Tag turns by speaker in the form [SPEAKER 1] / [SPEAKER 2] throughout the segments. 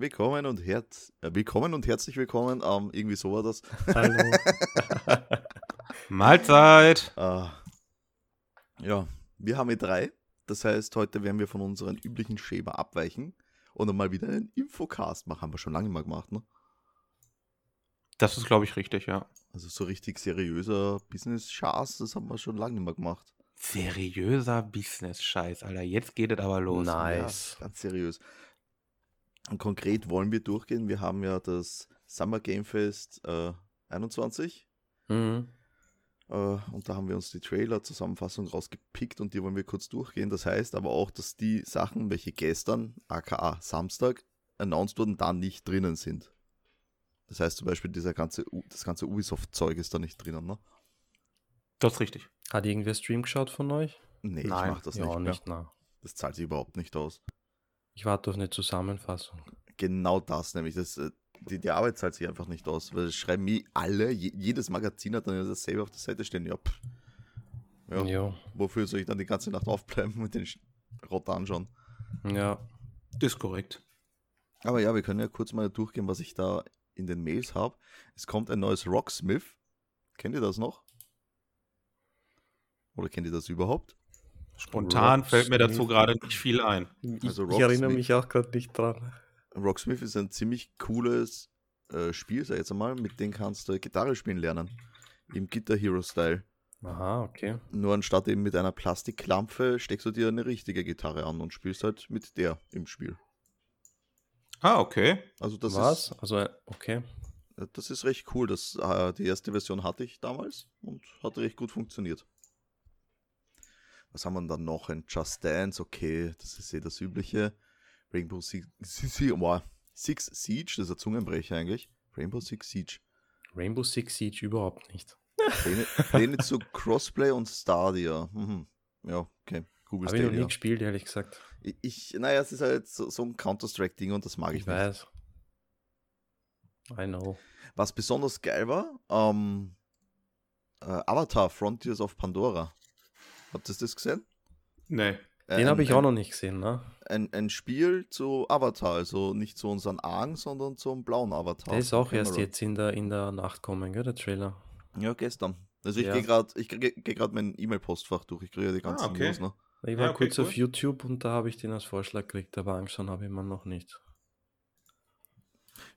[SPEAKER 1] Willkommen und, herz äh, willkommen und herzlich willkommen. Ähm, irgendwie so war das.
[SPEAKER 2] Hallo.
[SPEAKER 3] Mahlzeit!
[SPEAKER 1] Äh, ja, wir haben hier drei. Das heißt, heute werden wir von unserem üblichen Schema abweichen und dann mal wieder einen Infocast machen. Haben wir schon lange mal gemacht, ne?
[SPEAKER 3] Das ist, glaube ich, richtig, ja.
[SPEAKER 1] Also so richtig seriöser Business-Chars, das haben wir schon lange nicht mehr gemacht.
[SPEAKER 3] Seriöser Business-Scheiß, Alter. Jetzt geht es aber los.
[SPEAKER 2] Nice.
[SPEAKER 1] Ja, ganz seriös. Und konkret wollen wir durchgehen. Wir haben ja das Summer Game Fest äh, 21
[SPEAKER 2] Mhm.
[SPEAKER 1] äh, und da haben wir uns die Trailer-Zusammenfassung rausgepickt und die wollen wir kurz durchgehen. Das heißt aber auch, dass die Sachen, welche gestern, aka Samstag, announced wurden, da nicht drinnen sind. Das heißt zum Beispiel, dieser ganze, U- das ganze Ubisoft-Zeug ist da nicht drinnen, ne?
[SPEAKER 3] Das ist richtig.
[SPEAKER 2] Hat irgendwer Stream geschaut von euch?
[SPEAKER 1] Nee,
[SPEAKER 3] Nein,
[SPEAKER 1] ich mach das
[SPEAKER 2] ja,
[SPEAKER 1] nicht.
[SPEAKER 2] nicht,
[SPEAKER 1] mehr.
[SPEAKER 2] na.
[SPEAKER 1] Das zahlt sich überhaupt nicht aus.
[SPEAKER 2] Ich warte auf eine Zusammenfassung.
[SPEAKER 1] Genau das nämlich. Das, äh, die, die Arbeit zahlt sich einfach nicht aus. Weil das schreiben mir alle, je, jedes Magazin hat dann dasselbe auf der Seite stehen. Ja, pff. ja,
[SPEAKER 2] Jo.
[SPEAKER 1] wofür soll ich dann die ganze Nacht aufbleiben und den Sch- Rot anschauen?
[SPEAKER 2] Ja.
[SPEAKER 3] Das ist korrekt.
[SPEAKER 1] Aber ja, wir können ja kurz mal durchgehen, was ich da in den Mails habe. Es kommt ein neues Rocksmith. Kennt ihr das noch? Oder kennt ihr das überhaupt?
[SPEAKER 3] Spontan fällt mir dazu
[SPEAKER 2] Rocksmith.
[SPEAKER 3] gerade nicht viel ein.
[SPEAKER 2] Ich,
[SPEAKER 1] Also
[SPEAKER 2] ich
[SPEAKER 1] Rocksmith.
[SPEAKER 2] erinnere mich auch gerade nicht dran.
[SPEAKER 1] Rocksmith ist ein ziemlich cooles äh, Spiel, sag ich jetzt einmal. Mit dem kannst du Gitarre spielen lernen. Im Guitar Hero Style.
[SPEAKER 2] Aha, okay.
[SPEAKER 1] Nur anstatt eben mit einer Plastikklampe steckst du dir eine richtige Gitarre an und spielst halt mit der im Spiel.
[SPEAKER 3] Ah, okay.
[SPEAKER 1] Also das ist
[SPEAKER 2] Was? Also, äh, okay.
[SPEAKER 1] das ist recht cool. Das, äh, die erste Version hatte ich damals und hat recht gut funktioniert. Was haben wir denn dann noch? Ein Just Dance, okay, das ist eh das übliche. Rainbow Six, boah, Six Siege, das ist ein Zungenbrecher eigentlich. Rainbow Six Siege.
[SPEAKER 2] Rainbow Six Siege überhaupt nicht.
[SPEAKER 1] Pläne, Pläne zu Crossplay und Stadia. Mhm. Ja, okay. Google
[SPEAKER 2] Habe ich noch nie
[SPEAKER 1] Stadia.
[SPEAKER 2] gespielt, ehrlich gesagt.
[SPEAKER 1] Ich, ich, naja, es ist halt so, so ein Counter-Strike-Ding und das mag ich,
[SPEAKER 2] Ich
[SPEAKER 1] nicht.
[SPEAKER 2] weiß. I know.
[SPEAKER 1] Was besonders geil war, ähm, äh, Avatar Frontiers of Pandora. Habt ihr das gesehen?
[SPEAKER 3] Nee.
[SPEAKER 1] Äh,
[SPEAKER 2] Den
[SPEAKER 1] ein-
[SPEAKER 2] habe ich auch
[SPEAKER 1] ein-
[SPEAKER 2] noch nicht gesehen, ne?
[SPEAKER 1] Ein, ein Spiel zu Avatar, also nicht zu unseren Argen, sondern zum blauen Avatar.
[SPEAKER 2] Der ist
[SPEAKER 1] von
[SPEAKER 2] auch erst
[SPEAKER 1] Cameron.
[SPEAKER 2] jetzt in der, in der Nacht kommen, gell, der Trailer.
[SPEAKER 1] Ja, gestern. Also ich
[SPEAKER 2] Ja.
[SPEAKER 1] gehe gerade geh, geh grad mein E-Mail-Postfach durch, ich kriege ja die
[SPEAKER 3] Ah,
[SPEAKER 1] ganzen
[SPEAKER 3] okay.
[SPEAKER 1] News. Ne?
[SPEAKER 2] Ich
[SPEAKER 3] Ja,
[SPEAKER 2] war
[SPEAKER 3] okay,
[SPEAKER 2] kurz
[SPEAKER 3] cool.
[SPEAKER 2] auf YouTube und da habe ich den als Vorschlag gekriegt, aber Angstern habe ich immer noch nicht.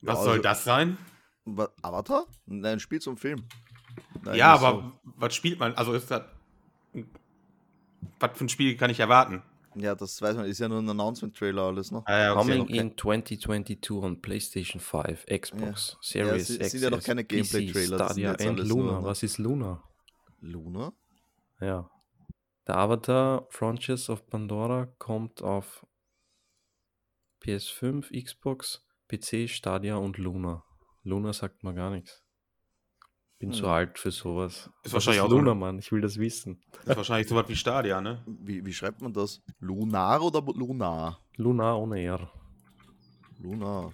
[SPEAKER 3] Was
[SPEAKER 1] Ja,
[SPEAKER 3] soll
[SPEAKER 1] also-
[SPEAKER 3] das sein?
[SPEAKER 1] Wa- Avatar? Nein, ein Spiel zum Film. Nein,
[SPEAKER 3] ja,
[SPEAKER 1] das ist
[SPEAKER 3] aber was spielt man? Also ist das. Was für ein Spiel kann ich erwarten?
[SPEAKER 1] So, ja, das weiß man, ist ja nur ein Announcement-Trailer alles, ne?
[SPEAKER 3] Ah, ja, okay.
[SPEAKER 2] Coming
[SPEAKER 1] noch kein-
[SPEAKER 2] in 2022 on PlayStation 5, Xbox,
[SPEAKER 1] Ja, es
[SPEAKER 2] Series
[SPEAKER 1] sind-
[SPEAKER 2] X.
[SPEAKER 1] sind ja noch
[SPEAKER 2] S,
[SPEAKER 1] keine
[SPEAKER 2] PC,
[SPEAKER 1] Gameplay-Trailer, das sind
[SPEAKER 2] Stadia
[SPEAKER 1] jetzt
[SPEAKER 2] and
[SPEAKER 1] alles
[SPEAKER 2] Luna.
[SPEAKER 1] nur-
[SPEAKER 2] Was ist Luna?
[SPEAKER 1] Luna?
[SPEAKER 2] Ja. Der Avatar Frontiers of Pandora kommt auf PS5, Xbox, PC, Stadia und Luna. Luna sagt mir gar nichts. Bin zu
[SPEAKER 1] Hm.
[SPEAKER 2] alt für sowas. Was
[SPEAKER 3] wahrscheinlich auch so
[SPEAKER 2] Luna,
[SPEAKER 3] eine-
[SPEAKER 2] Mann. Ich will das wissen.
[SPEAKER 3] Das ist wahrscheinlich sowas wie Stadia, ne?
[SPEAKER 1] Wie, wie schreibt man das? Lunar oder Bu- Lunar?
[SPEAKER 2] Luna ohne R.
[SPEAKER 1] Lunar.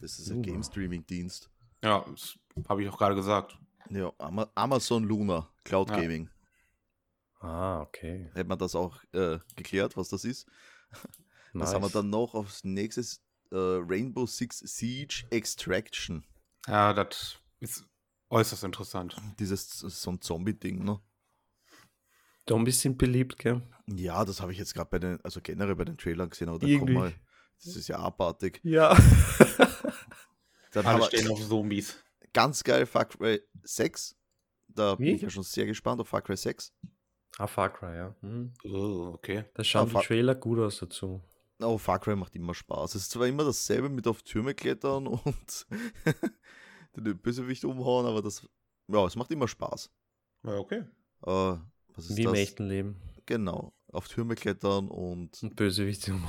[SPEAKER 1] Das ist ein
[SPEAKER 2] Lunar.
[SPEAKER 1] Game-Streaming-Dienst.
[SPEAKER 3] Ja, das habe ich auch gerade gesagt.
[SPEAKER 1] Ja, Ama- Amazon Luna, Cloud
[SPEAKER 3] Ja.
[SPEAKER 1] Gaming.
[SPEAKER 2] Ah, okay.
[SPEAKER 1] Hätte man das auch äh, geklärt, was das ist. Was haben wir dann noch aufs nächste? Äh, Rainbow Six Siege Extraction.
[SPEAKER 3] Ja, das ist äußerst interessant.
[SPEAKER 1] Dieses so ein Zombie-Ding, ne?
[SPEAKER 2] Zombies sind beliebt, gell?
[SPEAKER 1] Ja, das habe ich jetzt gerade bei den, also generell bei den Trailern gesehen, aber da
[SPEAKER 2] Irgendwie.
[SPEAKER 1] komm mal. Das ist ja abartig.
[SPEAKER 2] Ja.
[SPEAKER 1] Dann
[SPEAKER 3] Alle
[SPEAKER 1] haben wir
[SPEAKER 3] stehen auf Zombies.
[SPEAKER 1] ganz geil Far Cry 6. Da
[SPEAKER 2] Wie?
[SPEAKER 1] bin ich ja schon sehr gespannt auf Far Cry 6.
[SPEAKER 2] ah, Far Cry, ja. Mhm.
[SPEAKER 3] Oh, okay.
[SPEAKER 2] Da schauen
[SPEAKER 1] Ah, Far-
[SPEAKER 2] die Trailer gut aus dazu.
[SPEAKER 1] Aber Oh, Far Cry macht immer Spaß. Es ist zwar immer dasselbe mit auf Türme klettern und den Bösewicht umhauen, aber das, ja, es macht immer Spaß.
[SPEAKER 3] Ja, okay.
[SPEAKER 1] Äh, was ist
[SPEAKER 2] Wie im
[SPEAKER 1] das?
[SPEAKER 2] echten Leben.
[SPEAKER 1] Genau, auf Türme klettern und
[SPEAKER 2] Und Bösewicht Mann.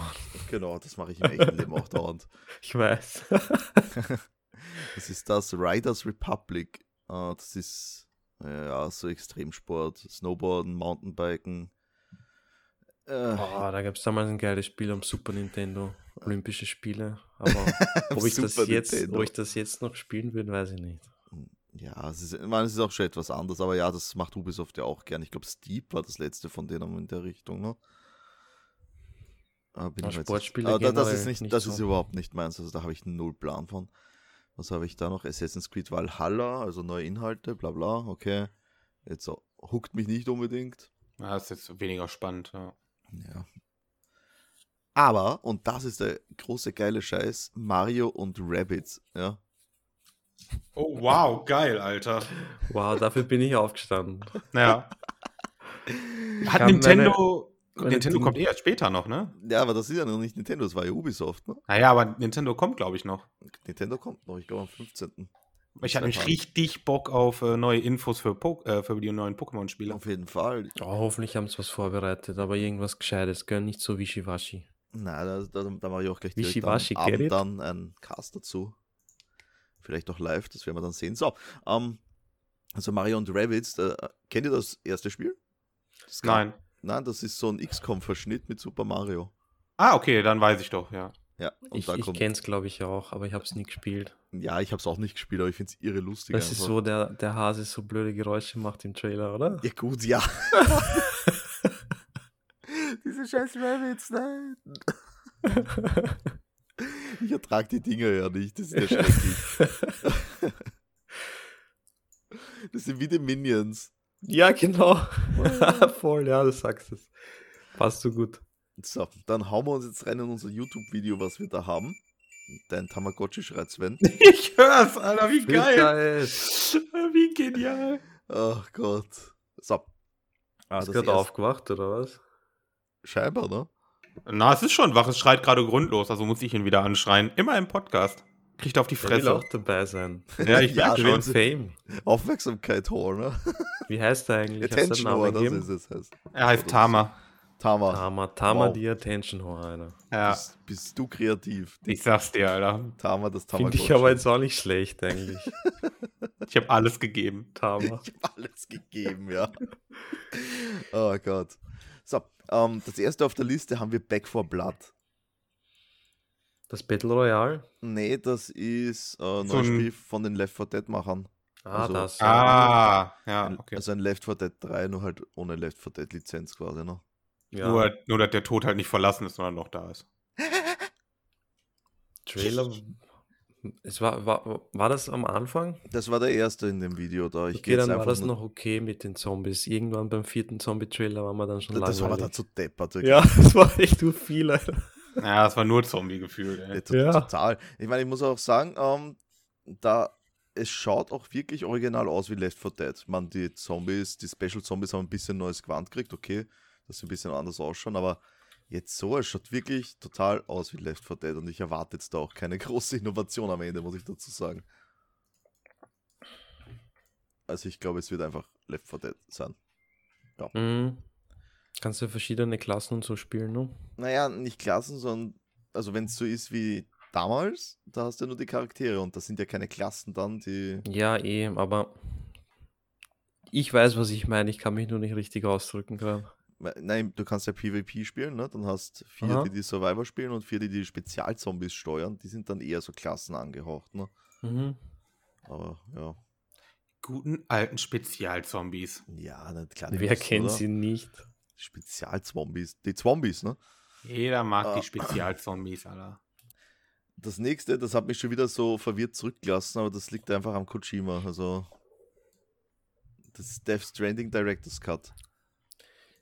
[SPEAKER 1] genau, das mache ich im echten Leben auch dauernd.
[SPEAKER 2] Ich weiß.
[SPEAKER 1] Ah. Das ist das Riders Republic. Äh, das ist äh, ja so Extremsport, Snowboarden, Mountainbiken. Äh,
[SPEAKER 2] Oh, da gab es damals ein geiles Spiel am Super Nintendo. Olympische Spiele. Aber ob ich, das
[SPEAKER 1] Super
[SPEAKER 2] jetzt,
[SPEAKER 1] Nintendo.
[SPEAKER 2] ob ich das jetzt noch spielen würde, weiß ich nicht.
[SPEAKER 1] Ja, es ist, ich meine, es ist auch schon etwas anders, aber ja, das macht Ubisoft ja auch gern. Ich glaube, Steep war das letzte von denen in der Richtung, ne? Ah, bin
[SPEAKER 2] Ah,
[SPEAKER 1] ich mir jetzt
[SPEAKER 2] Sportspiele
[SPEAKER 1] nicht- ah, da, das
[SPEAKER 2] generell
[SPEAKER 1] ist nicht,
[SPEAKER 2] nicht
[SPEAKER 1] das
[SPEAKER 2] so.
[SPEAKER 1] ist überhaupt nicht meins. Also da habe ich null Plan von. Was habe ich da noch? Assassin's Creed Valhalla, also neue Inhalte, bla bla, okay. Jetzt so, huckt mich nicht unbedingt.
[SPEAKER 3] Ah, Das ist jetzt weniger spannend. Ja.
[SPEAKER 1] Ja. Aber, und das ist der große geile Scheiß, Mario und Rabbids, ja.
[SPEAKER 3] Oh, wow, geil, Alter.
[SPEAKER 2] Wow, dafür bin ich aufgestanden.
[SPEAKER 3] Ja. Hat
[SPEAKER 2] Kam
[SPEAKER 3] Nintendo.
[SPEAKER 2] meine
[SPEAKER 3] Nintendo
[SPEAKER 2] Team-
[SPEAKER 3] kommt eh erst später noch, ne?
[SPEAKER 1] Ja, aber das ist ja noch nicht Nintendo, das war ja Ubisoft, ne?
[SPEAKER 3] Naja, aber Nintendo kommt, glaube ich, noch.
[SPEAKER 1] Nintendo kommt noch, ich glaube am 15.
[SPEAKER 3] Ich hatte nämlich
[SPEAKER 1] Stefan.
[SPEAKER 3] richtig Bock auf äh, neue Infos für, po äh, für die neuen Pokémon-Spiele.
[SPEAKER 1] Auf jeden Fall.
[SPEAKER 2] Oh, hoffentlich haben sie was vorbereitet, aber irgendwas Gescheites. Gönn nicht so wischiwaschi.
[SPEAKER 1] Na, da, da, da mache ich auch gleich direkt
[SPEAKER 2] Wischiwaschi,
[SPEAKER 1] am
[SPEAKER 2] get
[SPEAKER 1] Abend
[SPEAKER 2] it?
[SPEAKER 1] dann einen Cast dazu. Vielleicht auch live, das werden wir dann sehen. So, ähm, also Mario und Rabbids, äh, kennt ihr das erste Spiel? Das kam-
[SPEAKER 3] Nein.
[SPEAKER 1] Nein, das ist so ein XCOM-Verschnitt mit Super Mario.
[SPEAKER 3] Ah, okay, dann weiß ich doch, ja.
[SPEAKER 1] Ja, und
[SPEAKER 2] Ich,
[SPEAKER 1] da
[SPEAKER 2] ich
[SPEAKER 1] kommt.
[SPEAKER 2] kenn's, glaube ich, auch, aber ich habe es nie gespielt.
[SPEAKER 1] ja, ich habe es auch nicht gespielt, aber ich finde es irre lustig.
[SPEAKER 2] Das ist
[SPEAKER 1] einfach.
[SPEAKER 2] so, der, der Hase so blöde Geräusche macht im Trailer, oder?
[SPEAKER 1] Ja, gut, ja. Diese scheiß Rabbits, nein. Ich ertrage die Dinger ja nicht, das ist ja schrecklich. Das sind wie die Minions.
[SPEAKER 2] ja, genau. Voll, ja, du sagst es. Passt so gut.
[SPEAKER 1] So, dann hauen wir uns jetzt rein in unser YouTube-Video, was wir da haben. Dein Tamagotchi schreit Sven.
[SPEAKER 3] Ich hör's, Alter, wie
[SPEAKER 1] Ah,
[SPEAKER 2] Geil.
[SPEAKER 3] Wie genial.
[SPEAKER 1] Ach Gott. So. Ah,
[SPEAKER 2] Hast du gerade
[SPEAKER 1] erste-
[SPEAKER 2] aufgewacht, oder was?
[SPEAKER 1] Scheinbar, ne?
[SPEAKER 3] Na, es ist schon wach, es schreit gerade grundlos, also muss ich ihn wieder anschreien. Immer im Podcast. Kriegt er auf die
[SPEAKER 2] Der will
[SPEAKER 3] Fresse.
[SPEAKER 2] auch dabei sein.
[SPEAKER 3] Ja, ich
[SPEAKER 1] Ja,
[SPEAKER 3] merke
[SPEAKER 2] Claim
[SPEAKER 1] schon.
[SPEAKER 3] schon.
[SPEAKER 2] Fame.
[SPEAKER 1] Aufmerksamkeit Horn, ne?
[SPEAKER 2] Wie heißt der eigentlich? Hast du einen
[SPEAKER 1] Attention
[SPEAKER 2] Namen
[SPEAKER 1] Horn, das
[SPEAKER 2] gegeben?
[SPEAKER 1] ist es. Heißt.
[SPEAKER 3] Er heißt Tama.
[SPEAKER 1] Tama,
[SPEAKER 2] Tama, Tama
[SPEAKER 1] Wow.
[SPEAKER 2] die Attention Whore, Alter.
[SPEAKER 3] Ja.
[SPEAKER 1] bist, bist du kreativ?
[SPEAKER 3] Ich sag's dir, Alter.
[SPEAKER 1] Tama, das
[SPEAKER 2] Finde
[SPEAKER 1] Tamagotchi.
[SPEAKER 2] ich aber jetzt auch nicht schlecht, eigentlich.
[SPEAKER 3] Ich habe alles gegeben.
[SPEAKER 2] Tama.
[SPEAKER 1] Ich habe alles gegeben, ja. oh Gott. So, ähm, das erste auf der Liste haben wir Back for Blood.
[SPEAKER 2] Das Battle Royale?
[SPEAKER 1] Nee, das ist äh, ein
[SPEAKER 3] So
[SPEAKER 1] neues
[SPEAKER 3] ein-
[SPEAKER 1] Spiel von den Left 4 Dead-Machern.
[SPEAKER 2] Ah,
[SPEAKER 1] Also-
[SPEAKER 2] das.
[SPEAKER 3] Ah, ja, okay.
[SPEAKER 1] Also ein Left 4 Dead 3, nur halt ohne Left 4 Dead-Lizenz quasi, ne?
[SPEAKER 2] ja.
[SPEAKER 3] Nur, nur, dass der Tod halt nicht verlassen ist, sondern noch da ist.
[SPEAKER 2] Trailer. Es war, war, war das am Anfang?
[SPEAKER 1] Das war der erste in dem Video da. Ich
[SPEAKER 2] okay,
[SPEAKER 1] gehe jetzt
[SPEAKER 2] dann
[SPEAKER 1] einfach
[SPEAKER 2] war das
[SPEAKER 1] nur-
[SPEAKER 2] noch okay mit den Zombies. Irgendwann beim vierten Zombie-Trailer waren wir dann schon
[SPEAKER 1] Das war aber
[SPEAKER 2] langweilig.
[SPEAKER 1] dazu deppert. wirklich.
[SPEAKER 2] ja, das war echt zu viel, Alter.
[SPEAKER 3] Ja, es war nur Zombie-Gefühl. ey.
[SPEAKER 1] Ja, to-
[SPEAKER 2] Ja.
[SPEAKER 1] Total. Ich meine, ich muss auch sagen, ähm, da es schaut auch wirklich original aus wie Left 4 Dead. Man, die Zombies, die Special Zombies haben ein bisschen neues Gewand gekriegt, okay, dass sie ein bisschen anders ausschauen, aber jetzt so, es schaut wirklich total aus wie Left 4 Dead und ich erwarte jetzt da auch keine große Innovation am Ende, muss ich dazu sagen. Also ich glaube, es wird einfach Left 4 Dead sein.
[SPEAKER 2] Mhm. Kannst du verschiedene Klassen und so spielen, ne?
[SPEAKER 1] Naja, nicht Klassen, sondern, also wenn es so ist wie damals, da hast du ja nur die Charaktere und das sind ja keine Klassen dann, die
[SPEAKER 2] Ja, eh, aber ich weiß, was ich meine. Ich kann mich nur nicht richtig ausdrücken gerade.
[SPEAKER 1] Nein, du kannst ja PvP spielen, ne? Dann hast vier,
[SPEAKER 2] Aha.
[SPEAKER 1] die die Survivor spielen und vier, die die Spezialzombies steuern. Die sind dann eher so Klassen angehaucht, ne?
[SPEAKER 2] Mhm.
[SPEAKER 1] Aber ja.
[SPEAKER 3] Guten alten Spezialzombies.
[SPEAKER 1] Ja, na klar. die
[SPEAKER 2] Wer
[SPEAKER 1] wissen,
[SPEAKER 2] kennt
[SPEAKER 1] oder?
[SPEAKER 2] sie nicht?
[SPEAKER 1] Spezialzombies. Die Zombies, ne?
[SPEAKER 3] Jeder mag
[SPEAKER 1] Ah.
[SPEAKER 3] die Spezialzombies, Alter.
[SPEAKER 1] Das nächste, das hat mich schon wieder so verwirrt zurückgelassen, aber das liegt einfach am Kojima. Also. Das ist Death Stranding Director's Cut.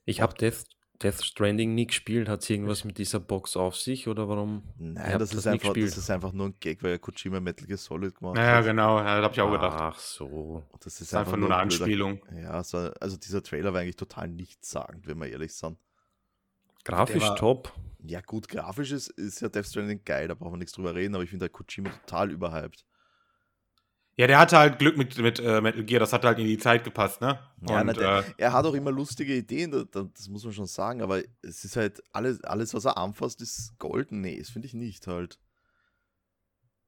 [SPEAKER 2] Ich habe Death, Death Stranding nie gespielt. Hat irgendwas mit dieser Box auf sich oder warum?
[SPEAKER 1] Nein,
[SPEAKER 2] habt
[SPEAKER 1] das, ist
[SPEAKER 2] das nie
[SPEAKER 1] einfach, das
[SPEAKER 2] gespielt.
[SPEAKER 1] ist einfach nur ein Gag, weil ja Kojima Metal Gear Solid gemacht
[SPEAKER 3] Naja,
[SPEAKER 1] hat.
[SPEAKER 3] genau, ja, das habe ich auch gedacht.
[SPEAKER 2] Ach so.
[SPEAKER 1] Das
[SPEAKER 3] Das ist einfach nur eine
[SPEAKER 1] ein blöder
[SPEAKER 3] Anspielung.
[SPEAKER 1] Ja, es war- also dieser Trailer war eigentlich total nichtssagend, wenn wir ehrlich sind.
[SPEAKER 2] Grafisch
[SPEAKER 3] Der war-
[SPEAKER 2] top.
[SPEAKER 1] Ja, gut, grafisch ist, ist ja Death Stranding geil, da brauchen wir nichts drüber reden, aber ich finde der Kojima total überhyped.
[SPEAKER 3] Ja, der hatte halt Glück mit, mit äh, Metal Gear, das hat halt in die Zeit gepasst, ne?
[SPEAKER 1] Ja,
[SPEAKER 3] Und,
[SPEAKER 1] na, der-
[SPEAKER 3] äh,
[SPEAKER 1] Er hat auch immer lustige Ideen, da- da- das muss man schon sagen, aber es ist halt alles, alles was er anfasst, ist golden. Nee, das finde ich nicht halt.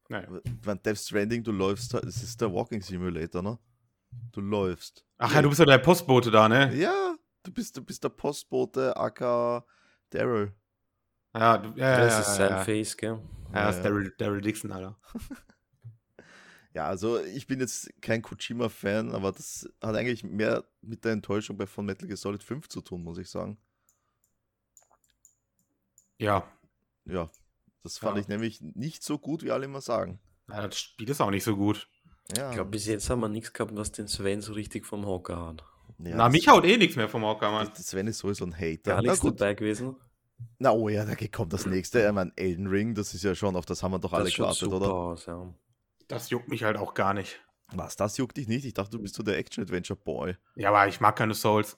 [SPEAKER 3] naja.
[SPEAKER 1] Wenn Death Stranding, du läufst, halt- es ist der Walking Simulator, ne? Du läufst.
[SPEAKER 3] Ach ja, du bist ja der Postbote da, ne?
[SPEAKER 1] Ja, du bist, du bist der Postbote, aka Daryl.
[SPEAKER 3] Ja, du, ja, ja,
[SPEAKER 2] das ist
[SPEAKER 3] ja,
[SPEAKER 2] sein
[SPEAKER 3] ja.
[SPEAKER 2] Face, gell?
[SPEAKER 3] Ah, Ja, das
[SPEAKER 1] Ja,
[SPEAKER 3] ist
[SPEAKER 1] ja.
[SPEAKER 3] Daryl, Daryl Dixon, Alter.
[SPEAKER 1] Ja, also ich bin jetzt kein Kojima-Fan, aber das hat eigentlich mehr mit der Enttäuschung bei von Metal Gear Solid 5 zu tun, muss ich sagen.
[SPEAKER 3] Ja,
[SPEAKER 1] Ja, das fand
[SPEAKER 3] Ja.
[SPEAKER 1] ich nämlich nicht so gut, wie alle immer sagen.
[SPEAKER 3] Ja, das Spiel ist auch nicht so gut.
[SPEAKER 1] Ja,
[SPEAKER 2] Ich glaube, bis jetzt haben wir nichts gehabt, was den Sven so richtig vom Hocker hat.
[SPEAKER 1] ja
[SPEAKER 3] Na,
[SPEAKER 1] das-
[SPEAKER 3] mich haut eh nichts mehr vom Hocker, Mann.
[SPEAKER 1] das- Sven ist sowieso ein Hater.
[SPEAKER 2] Gar
[SPEAKER 1] Na
[SPEAKER 2] nichts
[SPEAKER 1] gut.
[SPEAKER 2] dabei gewesen.
[SPEAKER 1] Na oh ja, da kommt das nächste. Ich meine, Elden Ring, das ist ja schon, auf das haben wir doch alle
[SPEAKER 2] das schaut
[SPEAKER 1] gewartet,
[SPEAKER 2] super
[SPEAKER 1] oder?
[SPEAKER 2] aus, ja.
[SPEAKER 3] Das juckt mich halt auch gar nicht.
[SPEAKER 1] Was, das juckt dich nicht? Ich dachte, du bist so der Action-Adventure-Boy.
[SPEAKER 3] Ja, aber ich mag keine Souls.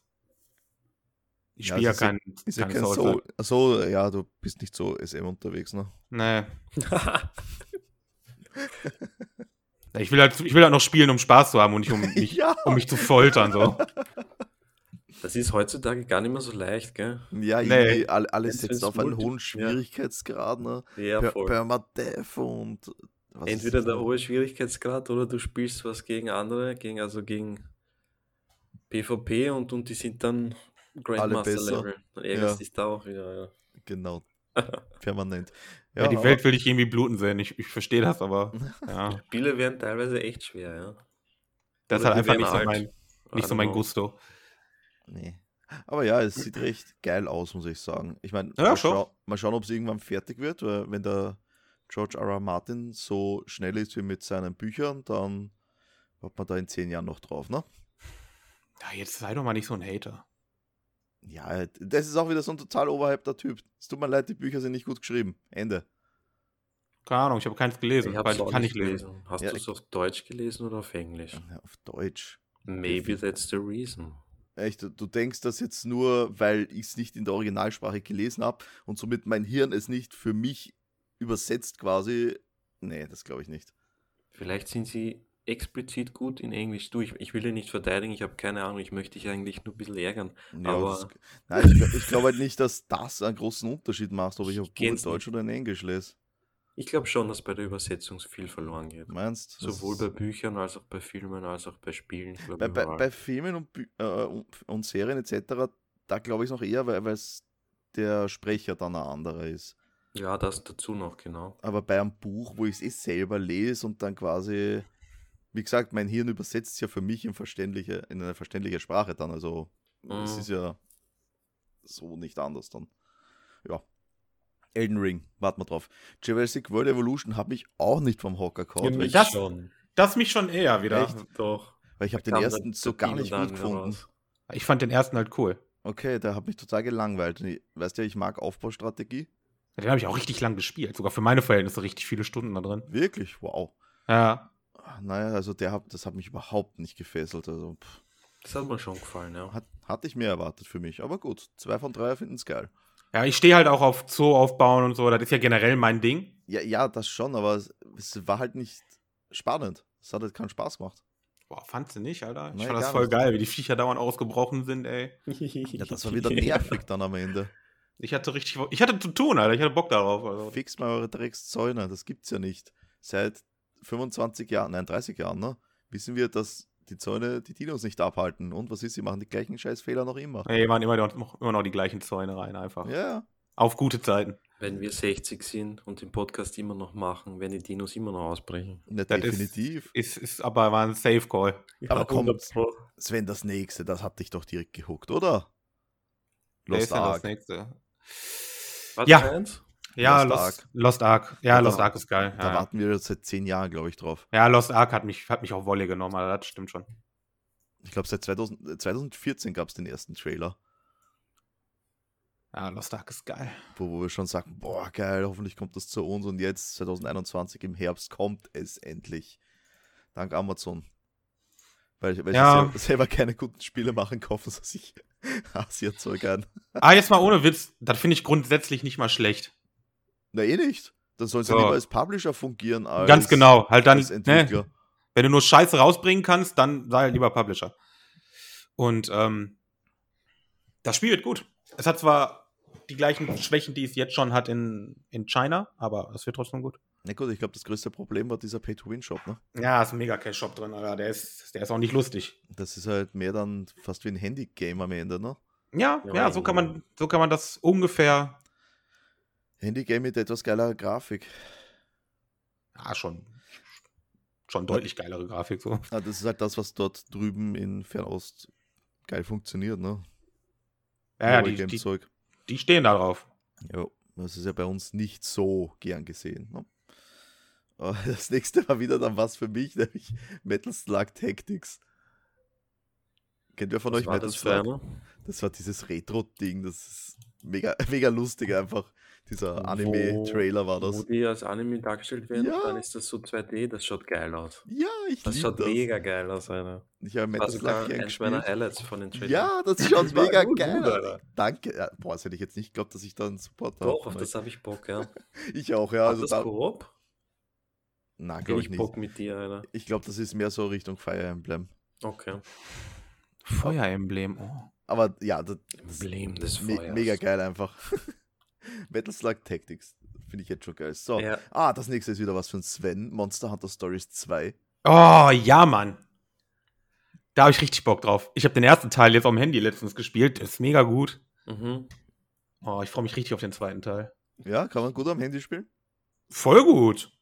[SPEAKER 3] Ich
[SPEAKER 1] Ja,
[SPEAKER 3] spiele ja,
[SPEAKER 1] es ist ja-
[SPEAKER 3] kein,
[SPEAKER 1] Ist ja
[SPEAKER 3] keine
[SPEAKER 1] kein
[SPEAKER 3] Souls.
[SPEAKER 1] Soul. Achso, ja, du bist nicht so SM unterwegs, ne?
[SPEAKER 3] Nee.
[SPEAKER 2] ja,
[SPEAKER 3] Ich will, halt, ich will halt noch spielen, um Spaß zu haben und nicht um mich,
[SPEAKER 1] Ja.
[SPEAKER 3] um mich zu foltern. So.
[SPEAKER 2] das ist heutzutage gar nicht mehr so leicht, gell?
[SPEAKER 1] Ja,
[SPEAKER 3] Nee.
[SPEAKER 1] irgendwie all- alles
[SPEAKER 2] Wenn's-
[SPEAKER 1] setzt
[SPEAKER 2] wenn's
[SPEAKER 1] auf einen
[SPEAKER 2] Multi-
[SPEAKER 1] hohen
[SPEAKER 2] ja.
[SPEAKER 1] Schwierigkeitsgrad, ne?
[SPEAKER 2] Ja,
[SPEAKER 1] Per-
[SPEAKER 2] voll.
[SPEAKER 1] Permadeath und. was ist äh,
[SPEAKER 2] Entweder
[SPEAKER 1] das
[SPEAKER 2] der
[SPEAKER 1] noch?
[SPEAKER 2] hohe Schwierigkeitsgrad oder du spielst was gegen andere, gegen, also gegen PvP und, und die sind dann
[SPEAKER 1] besser.
[SPEAKER 2] Grandmaster-Level. Dann ärgerst
[SPEAKER 1] Ja.
[SPEAKER 2] dich da auch wieder.
[SPEAKER 1] Genau. Permanent.
[SPEAKER 3] Ja, die Welt will dich irgendwie bluten sehen. Ich, ich verstehe das, halt aber ja,
[SPEAKER 2] Ja. Spiele werden teilweise echt schwer, ja.
[SPEAKER 3] das ist
[SPEAKER 2] Oder
[SPEAKER 3] halt einfach
[SPEAKER 2] wir werden
[SPEAKER 3] nicht so
[SPEAKER 2] alt. Ah,
[SPEAKER 3] mein,
[SPEAKER 2] I
[SPEAKER 3] nicht so
[SPEAKER 2] don't
[SPEAKER 3] mein
[SPEAKER 2] know.
[SPEAKER 3] Gusto.
[SPEAKER 1] Nee. Aber ja, es sieht recht geil aus, muss ich sagen. Ich meine,
[SPEAKER 3] Ja,
[SPEAKER 1] mal,
[SPEAKER 3] schon.
[SPEAKER 1] schau- mal schauen, ob es irgendwann fertig wird, weil wenn der George R. R. Martin so schnell ist wie mit seinen Büchern, dann hat man da in zehn Jahren noch drauf, ne?
[SPEAKER 3] Ja, jetzt sei doch mal nicht so ein Hater.
[SPEAKER 1] Ja, das ist auch wieder so ein total overhypter Typ. Es tut mir leid, die Bücher sind nicht gut geschrieben. Ende.
[SPEAKER 3] Keine Ahnung, ich habe keins gelesen,
[SPEAKER 2] hab's
[SPEAKER 3] weil ich
[SPEAKER 2] auch
[SPEAKER 3] kann
[SPEAKER 2] nicht
[SPEAKER 3] nicht lesen.
[SPEAKER 2] Hast
[SPEAKER 1] Ja,
[SPEAKER 2] du
[SPEAKER 1] ich-
[SPEAKER 2] es auf Deutsch gelesen oder auf Englisch?
[SPEAKER 1] Ja, Auf Deutsch.
[SPEAKER 2] Maybe that's the reason.
[SPEAKER 1] Echt, du- du denkst das jetzt nur, weil ich es nicht in der Originalsprache gelesen habe und somit mein Hirn es nicht für mich übersetzt quasi. Nee, das glaube ich nicht.
[SPEAKER 2] Vielleicht sind sie explizit gut in Englisch. Du, ich, ich will dir nicht verteidigen, ich habe keine Ahnung, ich möchte dich eigentlich nur ein bisschen ärgern.
[SPEAKER 1] Ja,
[SPEAKER 2] Aber-
[SPEAKER 1] das, nein, ich, glaub- ich glaube halt nicht, dass das einen großen Unterschied macht, ob ich auf
[SPEAKER 2] Geht's
[SPEAKER 1] Buch in Deutsch oder in Englisch lese.
[SPEAKER 2] Ich glaube schon, dass bei der Übersetzung viel verloren geht.
[SPEAKER 1] Meinst Das
[SPEAKER 2] Sowohl
[SPEAKER 1] ist-
[SPEAKER 2] bei Büchern als auch bei Filmen als auch bei Spielen. Ich glaub,
[SPEAKER 1] bei, bei,
[SPEAKER 2] überall.
[SPEAKER 1] bei Filmen und, Bü- äh, und- und Serien etc., da glaube ich es noch eher, weil weil es der Sprecher dann ein anderer ist.
[SPEAKER 2] ja, das dazu noch, genau.
[SPEAKER 1] Aber bei einem Buch, wo ich es eh selber lese und dann quasi, wie gesagt, mein Hirn übersetzt es ja für mich in, verständliche, in eine verständliche Sprache dann. Also es
[SPEAKER 2] Mhm.
[SPEAKER 1] ist ja so nicht anders dann. Ja. Elden Ring, warten wir drauf. Jurassic World Evolution hat mich auch nicht vom Hocker gehauen, weil ich,
[SPEAKER 3] das-
[SPEAKER 2] schon.
[SPEAKER 3] Das mich schon eher wieder.
[SPEAKER 1] Echt?
[SPEAKER 2] Doch.
[SPEAKER 1] weil ich habe den
[SPEAKER 2] Kam
[SPEAKER 1] ersten
[SPEAKER 2] dann
[SPEAKER 1] so
[SPEAKER 2] der
[SPEAKER 1] gar
[SPEAKER 2] Dino
[SPEAKER 1] nicht
[SPEAKER 2] dann
[SPEAKER 1] gut gefunden.
[SPEAKER 2] heraus.
[SPEAKER 3] Ich fand den ersten halt cool.
[SPEAKER 1] Okay, der hat mich total gelangweilt. Und ich, weißt du, ich mag Aufbaustrategie.
[SPEAKER 3] Den habe ich auch richtig lang gespielt. Sogar für meine Verhältnisse richtig viele Stunden da drin.
[SPEAKER 1] Wirklich, wow.
[SPEAKER 3] Ja.
[SPEAKER 1] Naja, also der hat, das hat mich überhaupt nicht gefesselt. Also, pff.
[SPEAKER 2] Das hat mir schon gefallen, ja.
[SPEAKER 1] Hat, hatte ich mehr erwartet für mich, aber gut. Zwei von drei finden es geil.
[SPEAKER 3] Ja, ich stehe halt auch auf Zoo aufbauen und so. Das ist ja generell mein Ding.
[SPEAKER 1] Ja, ja, das schon, aber es, es war halt nicht spannend. Es hat halt keinen Spaß gemacht.
[SPEAKER 3] Boah, fandst du nicht, Alter? Ich
[SPEAKER 1] Nee,
[SPEAKER 3] fand das
[SPEAKER 1] gar
[SPEAKER 3] voll
[SPEAKER 1] nicht.
[SPEAKER 3] geil, wie die Viecher dauernd ausgebrochen sind, ey.
[SPEAKER 1] Ja, das war wieder nervig dann am Ende.
[SPEAKER 3] Ich hatte richtig. Ich hatte zu tun, Alter. Ich hatte Bock darauf. Also.
[SPEAKER 1] Fix mal eure Dreckszäune, das gibt's ja nicht. Seit 25 Jahren, nein, 30 Jahren, ne? Wissen wir, dass die Zäune die Dinos nicht abhalten. Und was ist, sie machen die gleichen Scheißfehler noch immer.
[SPEAKER 3] Ey, waren immer, noch- immer noch die gleichen Zäune rein, einfach.
[SPEAKER 1] Ja, ja.
[SPEAKER 3] Auf gute Zeiten.
[SPEAKER 2] Wenn wir 60 sind und den Podcast immer noch machen, werden die Dinos immer noch ausbrechen.
[SPEAKER 1] Na,
[SPEAKER 3] Das ist-
[SPEAKER 1] definitiv.
[SPEAKER 3] Ist, ist aber war ein Safe Call.
[SPEAKER 1] Aber komm,
[SPEAKER 2] 100 Pro.
[SPEAKER 1] Sven, das nächste, das hat dich doch direkt gehuckt, oder?
[SPEAKER 3] Wer ist
[SPEAKER 1] Lost
[SPEAKER 3] denn das
[SPEAKER 1] Ark.
[SPEAKER 3] nächste?
[SPEAKER 2] Was
[SPEAKER 3] Ja.
[SPEAKER 2] eins?
[SPEAKER 3] Ja,
[SPEAKER 1] Lost
[SPEAKER 3] Lost
[SPEAKER 1] Ark.
[SPEAKER 3] Ark. Lost Ark. Ja,
[SPEAKER 1] Da
[SPEAKER 3] Lost
[SPEAKER 1] war-
[SPEAKER 3] Ark ist geil.
[SPEAKER 1] Da
[SPEAKER 3] Ja,
[SPEAKER 1] warten wir seit zehn Jahren, glaube ich, drauf.
[SPEAKER 3] ja Lost Ark hat mich, hat mich auf Wolle genommen, Alter. Das stimmt schon.
[SPEAKER 1] Ich glaube, seit 2000, äh, 2014 gab es den ersten Trailer,
[SPEAKER 3] Ja, Lost Ark ist geil.
[SPEAKER 1] wo, wo wir schon sagen, boah, geil, hoffentlich kommt das zu uns. Und jetzt, 2021 im Herbst, kommt es endlich. Dank Amazon. Weil, weil
[SPEAKER 3] Ja.
[SPEAKER 1] sie selber, selber keine guten Spiele machen, kaufen sie sich Asia-Zeug ein.
[SPEAKER 3] Ah, jetzt mal ohne Witz. Das finde ich grundsätzlich nicht mal schlecht.
[SPEAKER 1] Na eh nicht. Dann sollen sie
[SPEAKER 3] So.
[SPEAKER 1] lieber als Publisher fungieren als,
[SPEAKER 3] Ganz genau. Halt dann,
[SPEAKER 1] als
[SPEAKER 3] ne,
[SPEAKER 1] Entwickler.
[SPEAKER 3] wenn du nur Scheiße rausbringen kannst, dann sei halt lieber Publisher. Und ähm, das Spiel wird gut. Es hat zwar die gleichen Schwächen, die es jetzt schon hat in, in China, aber es wird trotzdem gut.
[SPEAKER 1] Na gut, ich glaube, das größte Problem war dieser Pay-to-Win-Shop. Ne?
[SPEAKER 3] Ja, ist ein mega Cash-Shop drin, Alter. Der ist, der ist auch nicht lustig.
[SPEAKER 1] Das ist halt mehr dann fast wie ein Handy-Game am Ende. Ne?
[SPEAKER 3] Ja, also
[SPEAKER 2] Ja,
[SPEAKER 3] ja, so, kann man, so kann man das ungefähr.
[SPEAKER 1] Handy-Game mit etwas geiler Grafik.
[SPEAKER 3] Ja, schon. Schon deutlich geilere Grafik. So.
[SPEAKER 1] Ah, das ist halt das, was dort drüben in Fernost geil funktioniert, ne?
[SPEAKER 3] Ja, ja,
[SPEAKER 1] Mobile
[SPEAKER 3] die,
[SPEAKER 1] Game
[SPEAKER 3] die,
[SPEAKER 1] Zeug.
[SPEAKER 3] die stehen da drauf.
[SPEAKER 1] Jo. Das ist ja bei uns nicht so gern gesehen. Ne? Aber Das nächste war wieder dann was für mich, nämlich Metal Slug Tactics. Kennt wer von
[SPEAKER 2] Was
[SPEAKER 1] euch
[SPEAKER 2] war
[SPEAKER 1] Metal
[SPEAKER 2] das für
[SPEAKER 1] Slug?
[SPEAKER 2] einer?
[SPEAKER 1] Das war dieses Retro-Ding, das ist mega, mega lustig einfach.
[SPEAKER 3] Wo-
[SPEAKER 1] Dieser Anime-Trailer war
[SPEAKER 2] Wo
[SPEAKER 1] das.
[SPEAKER 2] die als Anime dargestellt werden,
[SPEAKER 1] Ja.
[SPEAKER 2] und dann ist das so 2D, das schaut geil aus.
[SPEAKER 1] Ja, ich
[SPEAKER 2] Das
[SPEAKER 1] liebe
[SPEAKER 2] schaut
[SPEAKER 1] das.
[SPEAKER 2] mega geil aus, Alter.
[SPEAKER 1] Ich habe Metal
[SPEAKER 2] Das war
[SPEAKER 1] Slug gern
[SPEAKER 2] eines meiner
[SPEAKER 1] gespielt.
[SPEAKER 2] Highlights von den Trailern.
[SPEAKER 1] Ja, das schaut
[SPEAKER 2] Das war
[SPEAKER 1] mega
[SPEAKER 2] gut,
[SPEAKER 1] geil.
[SPEAKER 2] gut, Alter.
[SPEAKER 1] aus. Danke. Ja, boah, das hätte ich jetzt nicht geglaubt, dass ich da einen Support habe.
[SPEAKER 2] Doch, auf das habe ich Bock, ja.
[SPEAKER 1] Ich auch, ja.
[SPEAKER 2] Hat
[SPEAKER 1] Also
[SPEAKER 2] das
[SPEAKER 1] da,
[SPEAKER 2] Koop?
[SPEAKER 1] na,
[SPEAKER 2] Hätte
[SPEAKER 1] glaube ich
[SPEAKER 2] ich
[SPEAKER 1] nicht.
[SPEAKER 2] Bock mit dir, Alter.
[SPEAKER 1] Ich glaube, das ist mehr so Richtung Fire Emblem.
[SPEAKER 2] Okay.
[SPEAKER 3] Feueremblem. Oh.
[SPEAKER 1] Aber ja, das,
[SPEAKER 2] Emblem des
[SPEAKER 1] me
[SPEAKER 2] Feuers.
[SPEAKER 1] mega geil einfach. Metal Slug Tactics. Finde ich jetzt schon geil. So.
[SPEAKER 2] Ja,
[SPEAKER 1] Ah, das nächste ist wieder was für ein Sven. Monster Hunter Stories 2.
[SPEAKER 3] oh, ja, Mann. Da habe ich richtig Bock drauf. Ich habe den ersten Teil jetzt auf dem Handy letztens gespielt. Ist mega gut.
[SPEAKER 2] mhm.
[SPEAKER 3] Oh, ich freue mich richtig auf den zweiten Teil.
[SPEAKER 1] Ja, kann man gut am Handy spielen?
[SPEAKER 3] Voll gut.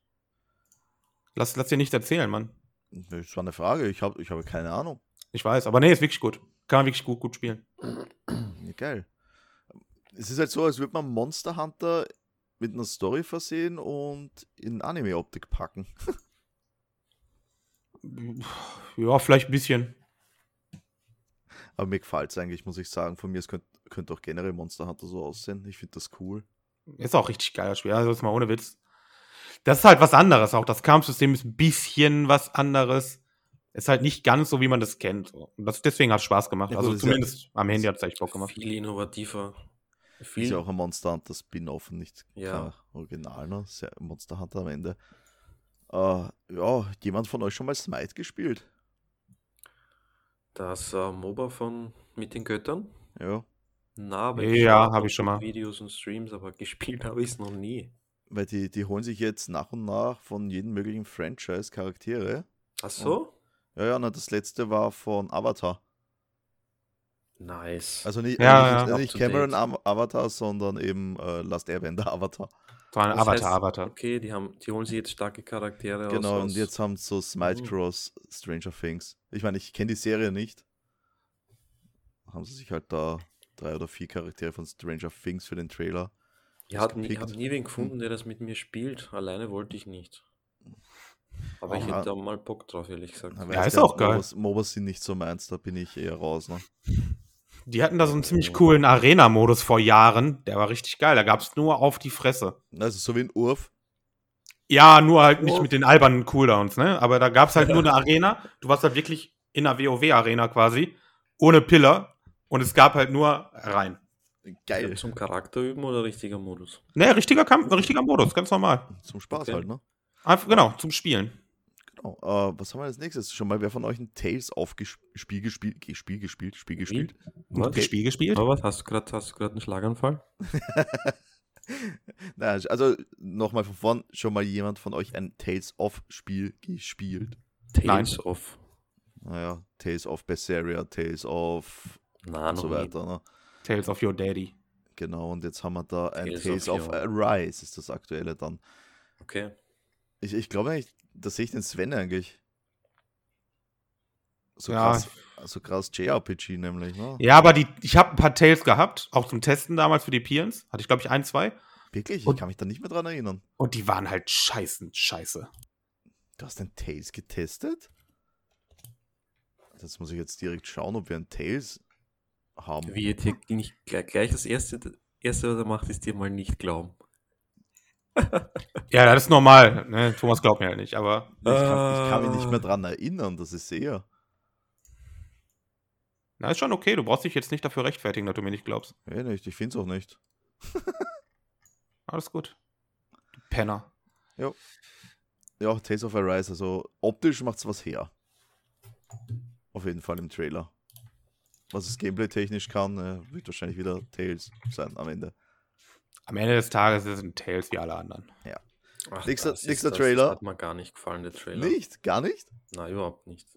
[SPEAKER 3] Lass, lass dir nichts erzählen, Mann.
[SPEAKER 1] Das war eine Frage. Ich habe ich habe keine Ahnung.
[SPEAKER 3] Ich weiß, aber nee, ist wirklich gut. Kann man wirklich gut, gut spielen.
[SPEAKER 1] Ja, geil. Es ist halt so, als würde man Monster Hunter mit einer Story versehen und in Anime-Optik packen.
[SPEAKER 3] Ja, vielleicht ein bisschen.
[SPEAKER 1] Aber mir gefällt es eigentlich, muss ich sagen. Von mir, es könnte könnt auch generell Monster Hunter so aussehen. Ich finde das cool.
[SPEAKER 3] Ist auch richtig geiles Spiel. Also, jetzt mal ohne Witz. Das ist halt was anderes auch. Das Kampfsystem ist ein bisschen was anderes. Ist halt nicht ganz so, wie man das kennt. Und das, deswegen hat Spaß gemacht.
[SPEAKER 1] Ja, gut,
[SPEAKER 3] also
[SPEAKER 1] ist ja-
[SPEAKER 3] zumindest am Handy hat es echt Bock gemacht.
[SPEAKER 2] Viel innovativer.
[SPEAKER 1] Ist
[SPEAKER 2] Viel.
[SPEAKER 1] ja auch ein Monster Hunter Spin-off und nicht
[SPEAKER 2] Ja.
[SPEAKER 1] kein Original, ne? Ist ja ein Monster Hunter am Ende. Äh, ja, jemand von euch schon mal Smite gespielt?
[SPEAKER 2] Das äh, MOBA von Mit den Göttern?
[SPEAKER 1] Ja.
[SPEAKER 2] Na, aber
[SPEAKER 3] Ja,
[SPEAKER 2] schau
[SPEAKER 3] hab
[SPEAKER 2] auch
[SPEAKER 3] ich schon mal.
[SPEAKER 2] Videos und Streams, aber gespielt habe ich es noch nie.
[SPEAKER 1] Weil die, die holen sich jetzt nach und nach von jedem möglichen Franchise Charaktere.
[SPEAKER 2] Ach so?
[SPEAKER 1] Ja, ja, na, das letzte war von Avatar.
[SPEAKER 2] Nice.
[SPEAKER 1] Also nicht,
[SPEAKER 3] Ja,
[SPEAKER 1] also nicht,
[SPEAKER 3] ja.
[SPEAKER 1] also nicht
[SPEAKER 2] Up to date.
[SPEAKER 1] Cameron Av- Avatar, sondern eben äh, Last Airbender Avatar.
[SPEAKER 3] Das war ein
[SPEAKER 2] Das
[SPEAKER 3] Avatar,
[SPEAKER 2] heißt-
[SPEAKER 3] Avatar.
[SPEAKER 2] Okay, die, haben, die holen sich jetzt starke Charaktere
[SPEAKER 1] Genau,
[SPEAKER 2] aus.
[SPEAKER 1] und
[SPEAKER 2] aus-
[SPEAKER 1] jetzt haben sie so Smite
[SPEAKER 2] Mhm.
[SPEAKER 1] Cross, Stranger Things. Ich meine, ich kenne die Serie nicht. Haben sie sich halt da drei oder vier Charaktere von Stranger Things für den Trailer.
[SPEAKER 2] Ich habe nie,
[SPEAKER 1] gepickt.
[SPEAKER 2] hab nie wen gefunden, der das mit mir spielt. Alleine wollte ich nicht. Aber ich
[SPEAKER 1] Aha.
[SPEAKER 2] hätte da mal Bock drauf, ehrlich gesagt.
[SPEAKER 1] Na,
[SPEAKER 3] Ja,
[SPEAKER 1] weiß
[SPEAKER 3] ist
[SPEAKER 1] gar
[SPEAKER 3] auch
[SPEAKER 1] nicht,
[SPEAKER 3] geil.
[SPEAKER 1] MOBAs, MOBAs sind nicht so meins, da bin ich eher raus. Ne?
[SPEAKER 3] Die hatten da so einen ziemlich coolen Arena-Modus vor Jahren. Der war richtig geil. Da gab es nur auf die Fresse.
[SPEAKER 1] Also so wie ein Urf.
[SPEAKER 3] Ja, nur halt nicht
[SPEAKER 2] Wow.
[SPEAKER 3] mit den albernen Cooldowns, ne? Aber da gab es halt
[SPEAKER 2] Ja.
[SPEAKER 3] nur eine Arena. Du warst halt wirklich in einer WoW-Arena quasi. Ohne Pillar. Und es gab halt nur rein.
[SPEAKER 1] Geil.
[SPEAKER 2] Zum Charakter üben oder richtiger Modus?
[SPEAKER 3] Ne, richtiger Kampf, richtiger Modus, ganz normal.
[SPEAKER 1] Zum Spaß
[SPEAKER 2] Okay.
[SPEAKER 1] halt, ne?
[SPEAKER 3] Einfach, genau, zum Spielen.
[SPEAKER 1] Genau. Äh, was haben wir als nächstes? Schon mal, wer von euch ein Tales aufgespiel gespielt, ge- Spiel gespielt, Spiel gespielt?
[SPEAKER 2] Was?
[SPEAKER 1] Okay.
[SPEAKER 3] Spiel gespielt?
[SPEAKER 2] Aber was? Hast du gerade einen Schlaganfall?
[SPEAKER 1] Na, also nochmal von vorn, schon mal jemand von euch ein Tales of Spiel gespielt?
[SPEAKER 2] Tales of.
[SPEAKER 1] Naja, Tales of Berseria, Tales of
[SPEAKER 2] Na,
[SPEAKER 1] und
[SPEAKER 2] noch
[SPEAKER 1] so
[SPEAKER 2] nie.
[SPEAKER 1] weiter. Ne?
[SPEAKER 3] Tales of Your Daddy.
[SPEAKER 1] Genau, und jetzt haben wir da ein
[SPEAKER 2] Tales
[SPEAKER 1] Tales,
[SPEAKER 2] of
[SPEAKER 1] of,
[SPEAKER 2] Hero.
[SPEAKER 1] Arise, ist das aktuelle dann.
[SPEAKER 2] Okay.
[SPEAKER 1] Ich, ich glaube eigentlich, da sehe ich den Sven eigentlich. So
[SPEAKER 3] Ja.
[SPEAKER 1] krass, so krass JRPG nämlich, ne?
[SPEAKER 3] Ja, aber die, ich habe ein paar Tales gehabt, auch zum Testen damals für die Peons. Hatte ich, glaube ich, ein, zwei.
[SPEAKER 1] Wirklich, ich
[SPEAKER 3] Und-
[SPEAKER 1] kann mich da nicht mehr dran erinnern.
[SPEAKER 3] Und die waren halt scheißend scheiße.
[SPEAKER 1] Du hast den Tales getestet? Das muss ich jetzt direkt schauen, ob wir ein Tales haben.
[SPEAKER 2] Wie ihr dir nicht gleich, gleich das erste, erste, was er macht, ist dir mal nicht glauben.
[SPEAKER 3] Ja, das ist normal. Ne? Thomas glaubt mir halt nicht, aber.
[SPEAKER 1] Ich, kann, ich kann mich nicht mehr
[SPEAKER 2] Ah.
[SPEAKER 1] dran erinnern, das ist eher.
[SPEAKER 3] Na, ist schon okay. Du brauchst dich jetzt nicht dafür rechtfertigen, dass du mir nicht glaubst.
[SPEAKER 1] Eh nicht, ich finde es auch nicht.
[SPEAKER 3] Alles gut. Du Penner.
[SPEAKER 1] Ja, Tales of Arise, also optisch macht's was her. Auf jeden Fall im Trailer. Was es gameplay-technisch kann, äh, wird wahrscheinlich wieder Tales sein am Ende.
[SPEAKER 3] Am Ende des Tages ist es ein Tales wie alle anderen.
[SPEAKER 2] Ach,
[SPEAKER 1] Nächster-
[SPEAKER 2] das ist-
[SPEAKER 1] nächster
[SPEAKER 2] das,
[SPEAKER 1] Trailer.
[SPEAKER 2] Das hat mir gar nicht gefallen, der Trailer.
[SPEAKER 1] Nicht? Gar nicht?
[SPEAKER 2] Nein, überhaupt nicht.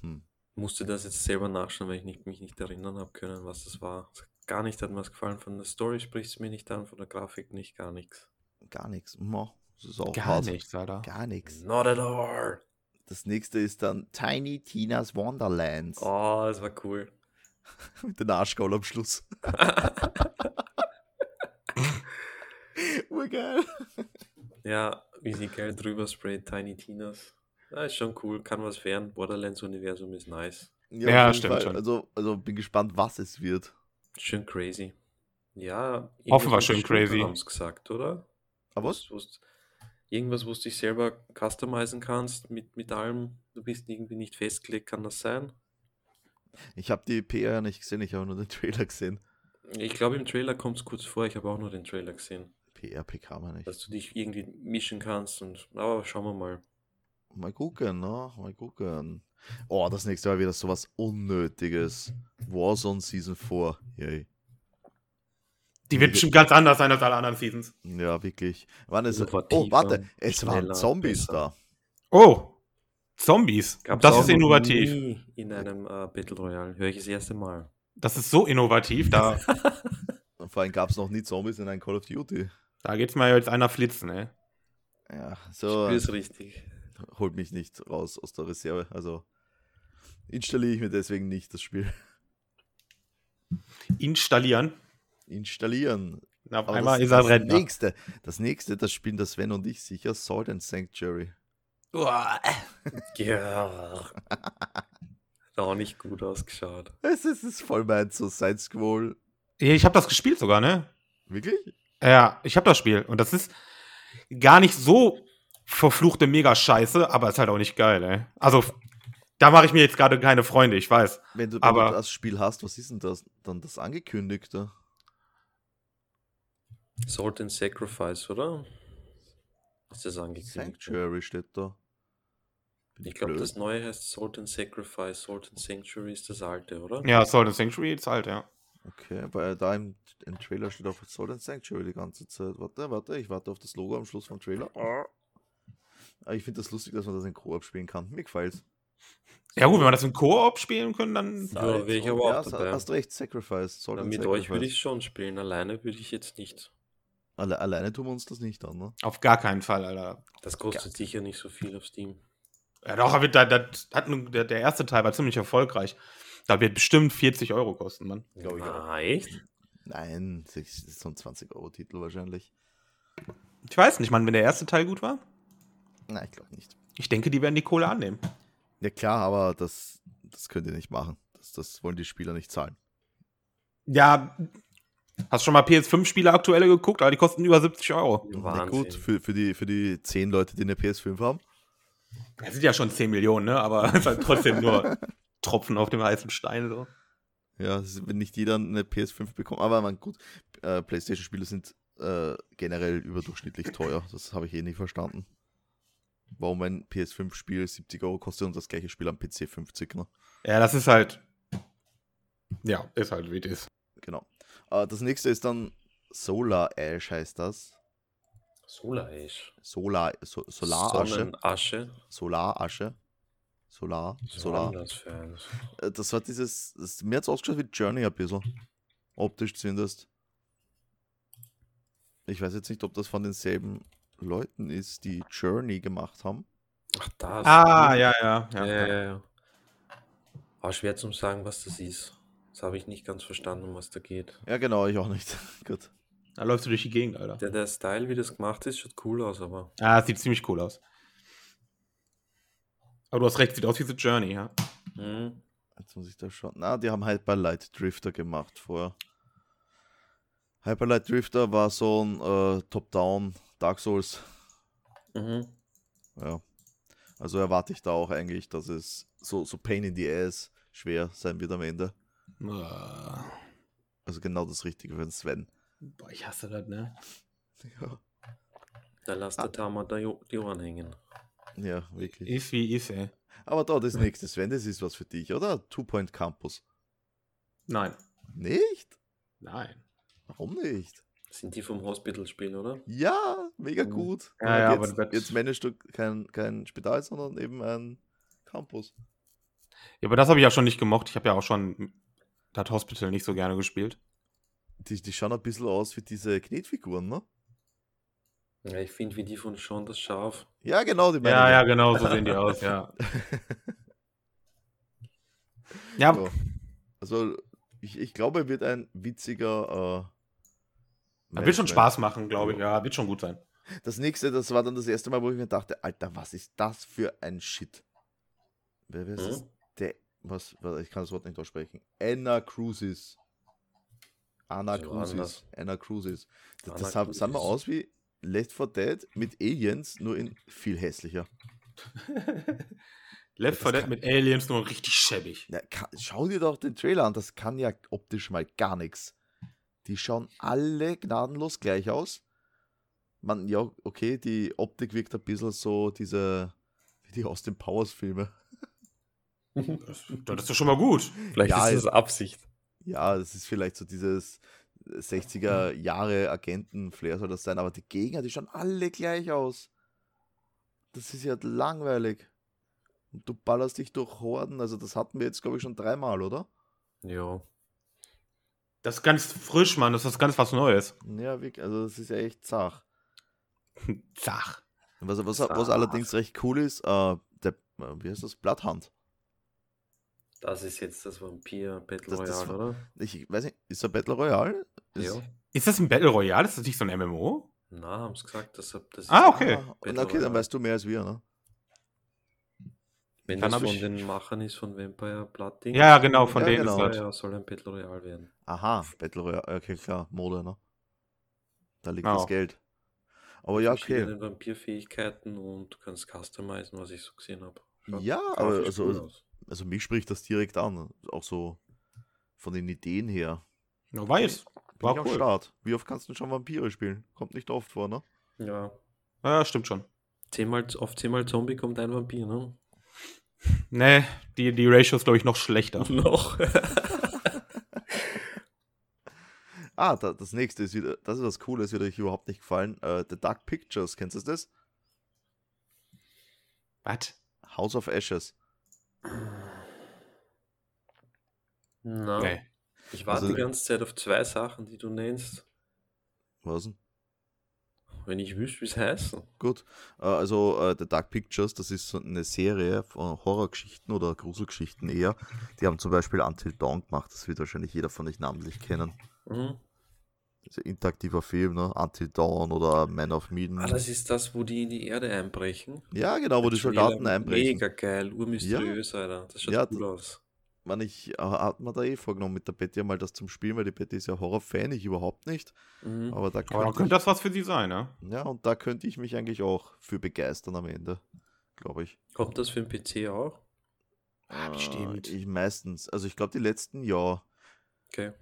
[SPEAKER 1] Hm.
[SPEAKER 2] Musste das jetzt selber nachschauen, weil ich nicht, mich nicht erinnern habe können, was das war. Gar nicht hat mir es gefallen. Von der Story spricht es mir nicht an, von der Grafik nicht, gar nichts.
[SPEAKER 1] Gar nichts. Mo, Das ist auch
[SPEAKER 3] Gar
[SPEAKER 1] hart.
[SPEAKER 3] nichts, Alter.
[SPEAKER 1] Gar nichts.
[SPEAKER 2] Not at all.
[SPEAKER 1] Das nächste ist dann Tiny Tina's Wonderlands.
[SPEAKER 2] Oh, das war cool.
[SPEAKER 1] Mit den Arschgaul am Schluss. Urgeil.
[SPEAKER 2] Ja, wie sie
[SPEAKER 3] also
[SPEAKER 2] Geld drüber sprayt, Tiny Tinas. Ja, ist schon cool, kann was werden. Borderlands-Universum ist nice.
[SPEAKER 3] Ja,
[SPEAKER 1] auf jeden
[SPEAKER 3] stimmt schon.
[SPEAKER 1] Also, also bin gespannt, was es wird.
[SPEAKER 2] Schön crazy. Ja,
[SPEAKER 3] Hoffen wir
[SPEAKER 2] irgendwas
[SPEAKER 3] schön
[SPEAKER 2] mit
[SPEAKER 3] crazy.
[SPEAKER 2] Shooter haben's gesagt, oder?
[SPEAKER 1] Aber was?
[SPEAKER 2] Wusst, irgendwas, wo du dich selber customizen kannst mit, mit allem. Du bist irgendwie nicht festgelegt, kann das sein?
[SPEAKER 1] Ich habe die PR ja nicht gesehen, ich habe nur den Trailer gesehen.
[SPEAKER 2] Ich glaube, im Trailer kommt es kurz vor. Ich habe auch nur den Trailer gesehen,
[SPEAKER 1] PR, PK meine ich.
[SPEAKER 2] dass du dich irgendwie mischen kannst. Und, aber schauen wir mal.
[SPEAKER 1] Mal gucken, ne? Mal gucken. Oh, das nächste Mal wieder sowas Unnötiges. Warzone Season 4. Yay.
[SPEAKER 3] Die wird schon ganz anders sein als alle anderen Seasons.
[SPEAKER 1] Ja, wirklich. Wann ist
[SPEAKER 2] Innovativer,
[SPEAKER 1] Oh, warte, es waren
[SPEAKER 2] schneller,
[SPEAKER 1] Zombies
[SPEAKER 2] besser.
[SPEAKER 1] da.
[SPEAKER 3] Oh, Zombies.
[SPEAKER 2] Gab's
[SPEAKER 3] das
[SPEAKER 2] auch
[SPEAKER 3] ist
[SPEAKER 2] noch
[SPEAKER 3] innovativ.
[SPEAKER 2] nie In einem äh, Battle Royale höre ich das erste Mal.
[SPEAKER 3] Das ist so innovativ. Da,
[SPEAKER 1] Vor allem gab es noch nie Zombies in einem Call of Duty.
[SPEAKER 3] da geht's mal jetzt einer flitzen, ey.
[SPEAKER 1] Ja,
[SPEAKER 2] Ich
[SPEAKER 1] so
[SPEAKER 2] spüre es richtig.
[SPEAKER 1] holt mich nicht raus aus der Reserve. Also installiere ich mir deswegen nicht das Spiel.
[SPEAKER 3] Installieren.
[SPEAKER 1] Installieren.
[SPEAKER 3] Und auf
[SPEAKER 1] Aber
[SPEAKER 3] einmal
[SPEAKER 1] das,
[SPEAKER 3] ist er
[SPEAKER 1] das
[SPEAKER 3] Rentner.
[SPEAKER 1] nächste, das nächste, das spielen das Sven und ich sicher, Salt and Sanctuary.
[SPEAKER 3] Uah.
[SPEAKER 2] Ja. Hat auch nicht gut ausgeschaut.
[SPEAKER 1] Es ist, es ist voll mein so Sidescroll.
[SPEAKER 3] Ja, Ich habe das gespielt sogar, ne?
[SPEAKER 1] Wirklich?
[SPEAKER 3] Ja, ich habe das Spiel. Und das ist gar nicht so verfluchte Mega-Scheiße, aber ist halt auch nicht geil, ey. Also, da mache ich mir jetzt gerade keine Freunde, ich weiß.
[SPEAKER 1] Wenn du, wenn
[SPEAKER 3] Aber-
[SPEAKER 1] du das Spiel hast, was ist denn das? Dann das angekündigte.
[SPEAKER 2] Salt and Sacrifice, oder? Ist das angekündigt?
[SPEAKER 1] Sanctuary steht da. Bin
[SPEAKER 2] Ich glaube,
[SPEAKER 1] blöd?
[SPEAKER 2] das neue heißt Salt and Sacrifice. Salt and Sanctuary ist das alte, oder?
[SPEAKER 3] Ja, Salt and Sanctuary ist halt, ja.
[SPEAKER 1] Okay, weil da im, im Trailer steht auch Salt and Sanctuary die ganze Zeit. Warte, warte, ich warte auf das Logo am Schluss vom Trailer. Aber ich finde das lustig, dass man das in Koop spielen kann. Mir gefällt's.
[SPEAKER 3] Ja, gut, wenn wir das im Koop spielen können, dann.
[SPEAKER 2] Ja, wäre ich aber auch
[SPEAKER 1] ja,
[SPEAKER 2] dabei.
[SPEAKER 1] hast recht, Sacrifice. Salt
[SPEAKER 2] Na,
[SPEAKER 1] and
[SPEAKER 2] mit
[SPEAKER 1] Sacrifice.
[SPEAKER 2] euch würde ich schon spielen, alleine würde ich jetzt nicht.
[SPEAKER 1] Alle, alleine tun wir uns das nicht an, ne?
[SPEAKER 3] Auf gar keinen Fall, Alter.
[SPEAKER 2] Das kostet sicher nicht so viel auf Steam.
[SPEAKER 3] Ja, doch, aber da, da, hat nun, der, der erste Teil war ziemlich erfolgreich. Da wird bestimmt 40 Euro kosten, Mann.
[SPEAKER 1] Glaub ich auch.
[SPEAKER 2] ah, echt?
[SPEAKER 1] Nein, das ist so ein 20-Euro-Titel wahrscheinlich.
[SPEAKER 3] Ich weiß nicht, Mann, wenn der erste Teil gut war.
[SPEAKER 1] Nein, ich glaube nicht.
[SPEAKER 3] Ich denke, die werden die Kohle annehmen.
[SPEAKER 1] Ja klar, aber das, das könnt ihr nicht machen. Das, das wollen die Spieler nicht zahlen.
[SPEAKER 3] Ja, hast schon mal PS5-Spiele aktuelle geguckt, aber die kosten über 70 Euro.
[SPEAKER 1] Na
[SPEAKER 2] Wahnsinn.
[SPEAKER 1] gut, für, für, die, für die 10 Leute, die eine PS5 haben.
[SPEAKER 3] Das sind ja schon 10 Millionen, ne? Aber es ist halt trotzdem nur Tropfen auf dem heißen Stein so.
[SPEAKER 1] Ja, das ist- wenn nicht jeder eine PS5 bekommt. Aber man, gut, äh, PlayStation-Spiele sind äh, generell überdurchschnittlich teuer. Das habe ich eh nicht verstanden. Warum ein PS5-Spiel 70 Euro kostet und das gleiche Spiel am PC 50, ne?
[SPEAKER 3] Ja, das ist halt. Ja, ist halt wie das.
[SPEAKER 1] Genau. Äh, das nächste ist dann Solar Ash heißt das.
[SPEAKER 2] Solar Ash.
[SPEAKER 1] Solar, so, Solarasche.
[SPEAKER 2] Sonnenasche.
[SPEAKER 1] Solarasche. Solar,
[SPEAKER 2] Was
[SPEAKER 1] Solar.
[SPEAKER 2] war denn Das für eins?
[SPEAKER 1] Äh, Das war dieses, das, mir hat es ausgeschaut wie Journey ein bisschen. Optisch zumindest. Ich weiß jetzt nicht, ob das von denselben Leuten ist, die Journey gemacht haben.
[SPEAKER 2] Ach, das.
[SPEAKER 3] Ah, ja, ja. ja.
[SPEAKER 2] Ja, ja, ja. ja. Aber schwer zum sagen, was das ist. Das habe ich nicht ganz verstanden, um was da geht.
[SPEAKER 1] Ja, genau, ich auch nicht. Gut.
[SPEAKER 3] Da läufst du durch die Gegend, Alter.
[SPEAKER 2] Der, der Style, wie das gemacht ist, schaut cool aus, aber
[SPEAKER 3] Ah, das sieht ziemlich cool aus. Aber du hast recht, sieht aus wie The Journey, ja.
[SPEAKER 2] hm,
[SPEAKER 1] Jetzt muss ich da schauen. Na, die haben Hyper Light Drifter gemacht vorher. Hyper Light Drifter war so ein äh, Top-Down Dark Souls.
[SPEAKER 2] mhm.
[SPEAKER 1] Ja. Also erwarte ich da auch eigentlich, dass es so, so Pain in the Ass schwer sein wird am Ende.
[SPEAKER 3] Boah,
[SPEAKER 1] Also genau das Richtige für den Sven.
[SPEAKER 3] ich hasse das, ne?
[SPEAKER 1] Ja.
[SPEAKER 2] da lasst
[SPEAKER 1] Ah.
[SPEAKER 2] der Tama da jo- die Ohren hängen.
[SPEAKER 1] Ja, wirklich.
[SPEAKER 3] Ist wie ist, ey.
[SPEAKER 1] Aber da das nächste, Sven, das ist was für dich, oder? Two Point Campus.
[SPEAKER 3] Nein.
[SPEAKER 1] Nicht?
[SPEAKER 3] Nein.
[SPEAKER 1] Warum nicht?
[SPEAKER 2] Sind die vom Hospital-Spiel, oder?
[SPEAKER 1] Ja, mega
[SPEAKER 3] Mhm.
[SPEAKER 1] gut.
[SPEAKER 3] Ja, ja, aber
[SPEAKER 1] jetzt,
[SPEAKER 3] das-
[SPEAKER 1] jetzt managst du kein, kein Spital, sondern eben ein Campus.
[SPEAKER 3] Ja, aber das habe ich ja schon nicht gemocht. Ich habe ja auch schon das Hospital nicht so gerne gespielt.
[SPEAKER 1] Die, die schauen ein bisschen aus wie diese Knetfiguren, ne?
[SPEAKER 2] Ja, ich finde, wie die von Sean das Schaf.
[SPEAKER 1] Ja, genau, die
[SPEAKER 3] Ja, ja,
[SPEAKER 1] ich.
[SPEAKER 3] genau, so sehen die aus, ja. Ja,
[SPEAKER 1] Ja. Also, ich, ich glaube, er wird ein witziger
[SPEAKER 3] Das wird schon Spaß machen, glaube ich. Ja, wird schon gut sein.
[SPEAKER 1] Das nächste, das war dann das erste Mal, wo ich mir dachte, Alter, was ist das für ein Shit? Wer wer ist das?
[SPEAKER 2] Mhm.
[SPEAKER 1] Der, was, was, ich kann das Wort nicht aussprechen. Anna Cruises. Anna
[SPEAKER 2] So
[SPEAKER 1] Cruises.
[SPEAKER 2] anders.
[SPEAKER 1] Anna Cruises. Das,
[SPEAKER 2] Anna
[SPEAKER 1] das sah, sah mal
[SPEAKER 2] Cruises.
[SPEAKER 1] aus wie Left 4 Dead mit Aliens, nur in viel hässlicher.
[SPEAKER 3] Left
[SPEAKER 1] Das
[SPEAKER 3] 4 Dead
[SPEAKER 1] kann-
[SPEAKER 3] mit Aliens nur richtig schäbig.
[SPEAKER 1] Na, ka- schau dir doch den Trailer an, das kann ja optisch mal gar nichts. Die schauen alle gnadenlos gleich aus. Man, ja, okay, die Optik wirkt ein bisschen so diese, wie die Austin Powers Filme.
[SPEAKER 2] Hm?
[SPEAKER 3] Das, das ist doch schon mal gut. also
[SPEAKER 2] Vielleicht
[SPEAKER 1] Ja,
[SPEAKER 2] ist das Absicht.
[SPEAKER 1] Ja, das ist vielleicht so dieses 60er Jahre Agenten-Flair soll das sein, aber die Gegner, die schauen alle gleich aus. Das ist ja langweilig. Und du ballerst dich durch Horden, also das hatten wir jetzt, glaube ich, schon dreimal, oder?
[SPEAKER 2] Ja.
[SPEAKER 3] Das ist ganz frisch, Mann. Das ist ganz was Neues.
[SPEAKER 1] Ja, wirklich, also das ist ja echt zach.
[SPEAKER 3] Zach.
[SPEAKER 1] Was, was,
[SPEAKER 2] Zart.
[SPEAKER 1] was allerdings recht cool ist, äh, der, äh, wie heißt das? Bloodhound.
[SPEAKER 2] Das ist jetzt das Vampir Battle
[SPEAKER 1] Das- das
[SPEAKER 2] Royale,
[SPEAKER 1] war-
[SPEAKER 2] oder?
[SPEAKER 1] Ich weiß nicht, ist er Battle Royale? Ist,
[SPEAKER 2] Ja.
[SPEAKER 3] Ist das ein Battle Royale? Ist das nicht so ein MMO?
[SPEAKER 2] Na, haben sie gesagt, das, das ist
[SPEAKER 3] Ah, okay.
[SPEAKER 1] Ah, und
[SPEAKER 2] Battle
[SPEAKER 1] okay, dann
[SPEAKER 2] Royale.
[SPEAKER 1] weißt du mehr als wir, ne?
[SPEAKER 2] Wenn
[SPEAKER 3] Dann
[SPEAKER 2] das
[SPEAKER 3] hab
[SPEAKER 2] von
[SPEAKER 3] ich-
[SPEAKER 2] den Machern ist von Vampire Blood Ding.
[SPEAKER 3] Ja, ja, genau, von
[SPEAKER 1] Ja,
[SPEAKER 3] denen
[SPEAKER 1] genau.
[SPEAKER 3] ist das.
[SPEAKER 2] Ja, soll ein Battle Royale werden.
[SPEAKER 1] Aha, Battle Royale, okay, klar, Mode, ne? Da liegt das
[SPEAKER 3] Genau.
[SPEAKER 1] Geld. Aber ja, okay.
[SPEAKER 2] Verschiedene Vampirfähigkeiten und du kannst customizen, was ich so gesehen habe.
[SPEAKER 1] Ja, aber also, also mich spricht das direkt an. Auch so von den Ideen her.
[SPEAKER 3] Ja, weiß.
[SPEAKER 1] Bin
[SPEAKER 3] War
[SPEAKER 1] ich am
[SPEAKER 3] cool.
[SPEAKER 1] Start. Wie oft kannst du schon Vampire spielen? Kommt nicht oft vor, ne?
[SPEAKER 2] Ja.
[SPEAKER 3] Ja, stimmt schon.
[SPEAKER 2] Zehnmal, auf zehnmal Zombie kommt ein Vampir, ne?
[SPEAKER 3] Nee, die, die Ratio ist, glaube ich, noch schlechter.
[SPEAKER 2] Noch.
[SPEAKER 1] Ah, da, das nächste ist wieder, das ist was Cooles, wird euch überhaupt nicht gefallen. Äh, The Dark Pictures, kennst du das?
[SPEAKER 3] Was?
[SPEAKER 1] House of Ashes.
[SPEAKER 2] Na,
[SPEAKER 3] Nee.
[SPEAKER 2] ich warte
[SPEAKER 1] Also-
[SPEAKER 2] die ganze Zeit auf zwei Sachen, die du nennst.
[SPEAKER 1] Was denn?
[SPEAKER 2] Wenn ich wüsste, wie es heißen.
[SPEAKER 1] Gut. Äh, Also äh, The Dark Pictures, das ist so eine Serie von Horrorgeschichten oder Gruselgeschichten eher. Die haben zum Beispiel Until Dawn gemacht, das wird wahrscheinlich jeder von euch namentlich kennen.
[SPEAKER 2] Mhm.
[SPEAKER 1] Das ist ein interaktiver Film, ne? Until Dawn oder Man of Medan.
[SPEAKER 2] Ah, das ist das, wo die in die Erde einbrechen.
[SPEAKER 1] ja, genau, wo die
[SPEAKER 2] Trailer,
[SPEAKER 1] Soldaten einbrechen.
[SPEAKER 2] Mega geil, urmysteriös, Alter. Das schaut
[SPEAKER 1] Ja,
[SPEAKER 2] cool aus.
[SPEAKER 1] Man, ich äh, hat man da eh vorgenommen mit der Betty mal das zum Spielen, weil die Betty ist ja Horrorfan, ich überhaupt nicht.
[SPEAKER 2] Mhm.
[SPEAKER 1] Aber da
[SPEAKER 3] Aber dann
[SPEAKER 1] könnte,
[SPEAKER 3] könnte das was für sie sein, ne?
[SPEAKER 1] ich, ja, und da könnte ich mich eigentlich auch für begeistern am Ende, glaube ich.
[SPEAKER 2] Kommt das für den PC auch?
[SPEAKER 3] Ah,
[SPEAKER 1] Äh,
[SPEAKER 3] bestimmt.
[SPEAKER 1] Ich meistens. Also ich glaube die letzten Jahr
[SPEAKER 2] Okay.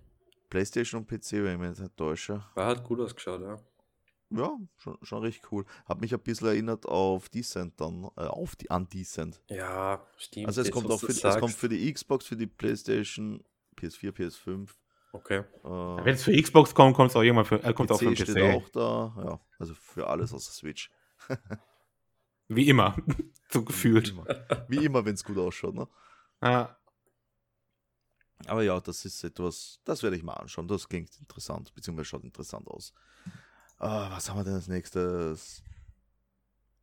[SPEAKER 1] PlayStation und PC, wenn ich mich nicht täusche.
[SPEAKER 2] War halt gut ausgeschaut, ja.
[SPEAKER 1] Ja, schon, schon recht cool. Hab mich ein bisschen erinnert auf Decent dann, äh, auf die an Decent.
[SPEAKER 2] Ja, stimmt.
[SPEAKER 1] Also es
[SPEAKER 2] das,
[SPEAKER 1] kommt
[SPEAKER 2] was
[SPEAKER 1] auch
[SPEAKER 2] du
[SPEAKER 1] für, es
[SPEAKER 2] sagst.
[SPEAKER 1] kommt für die Xbox, für die Playstation, PS4, PS5.
[SPEAKER 2] Okay.
[SPEAKER 1] Äh,
[SPEAKER 3] Wenn es für Xbox kommt, kommt es auch irgendwann für, äh,
[SPEAKER 1] PC
[SPEAKER 3] kommt's auch für den
[SPEAKER 1] steht
[SPEAKER 3] PC.
[SPEAKER 1] auch da. Ja, also für alles außer Switch.
[SPEAKER 3] Wie immer. so gefühlt.
[SPEAKER 1] Wie immer, Wie immer wenn es gut ausschaut. Ne?
[SPEAKER 3] Ja.
[SPEAKER 1] Aber ja, das ist etwas, das werde ich mal anschauen. Das klingt interessant, beziehungsweise schaut interessant aus. Äh, was haben wir denn als nächstes?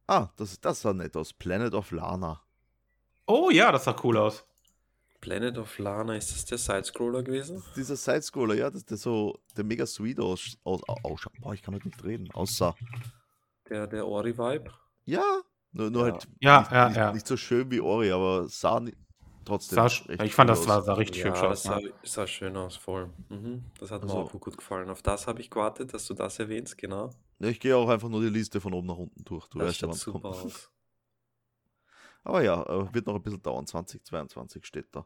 [SPEAKER 1] Ah, das, das sah nett aus. Planet of Lana.
[SPEAKER 3] Oh ja, das sah cool aus.
[SPEAKER 2] Planet of Lana, ist das der Sidescroller gewesen?
[SPEAKER 1] Dieser Sidescroller, ja, das, der so, der mega sweet aus, aus, ausschaut. Boah, ich kann heute nicht reden. Aussah.
[SPEAKER 2] Der, der Ori-Vibe?
[SPEAKER 1] Ja, nur, nur
[SPEAKER 2] Ja.
[SPEAKER 1] halt
[SPEAKER 3] Ja,
[SPEAKER 1] nicht,
[SPEAKER 3] ja,
[SPEAKER 1] nicht,
[SPEAKER 3] ja.
[SPEAKER 1] nicht so schön wie Ori, aber sah ni- trotzdem.
[SPEAKER 3] Sah, sch- ich fand,
[SPEAKER 1] cool
[SPEAKER 3] das
[SPEAKER 1] aus.
[SPEAKER 3] sah, sah richtig
[SPEAKER 2] ja,
[SPEAKER 3] hübsch aus.
[SPEAKER 2] das sah,
[SPEAKER 3] ne?
[SPEAKER 2] sah schön aus, voll. Mhm. Das hat mir
[SPEAKER 1] Also-
[SPEAKER 2] auch gut- gut gefallen. Auf das habe ich gewartet, dass du das erwähnst, genau.
[SPEAKER 1] Ja, Ne, Ich gehe auch einfach nur die Liste von oben nach unten durch. Du
[SPEAKER 2] das
[SPEAKER 1] weißt ja,
[SPEAKER 2] schaut
[SPEAKER 1] wann es
[SPEAKER 2] super
[SPEAKER 1] kommt.
[SPEAKER 2] aus.
[SPEAKER 1] Aber ja, äh, wird noch ein bisschen dauern. 2022 steht da.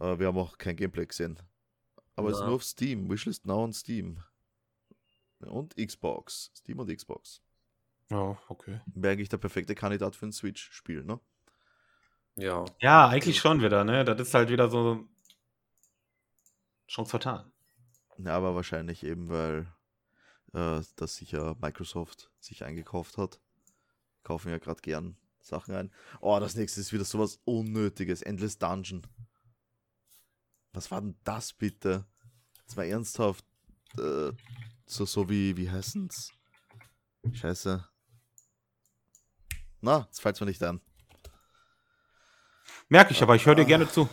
[SPEAKER 1] Äh, Wir haben auch kein Gameplay gesehen. Aber es ist
[SPEAKER 2] Na.
[SPEAKER 1] nur auf Steam. Wishlist now on Steam. Und Xbox. Steam und Xbox.
[SPEAKER 3] Ja, Oh, okay.
[SPEAKER 1] Wäre eigentlich der perfekte Kandidat für ein Switch-Spiel, ne?
[SPEAKER 2] Ja,
[SPEAKER 3] Ja, eigentlich schon wieder, ne? Das ist halt wieder so. Chance vertan.
[SPEAKER 1] Ja, aber wahrscheinlich eben, weil äh, das sicher Microsoft sich eingekauft hat. Kaufen ja gerade gern Sachen ein. Oh, das nächste ist wieder sowas Unnötiges. Endless Dungeon. Was war denn das bitte? Jetzt mal ernsthaft. Äh, so, so wie, wie heißen's? Scheiße. Na, jetzt fällt's mir nicht ein.
[SPEAKER 3] Merke ich, aber ich höre dir gerne zu.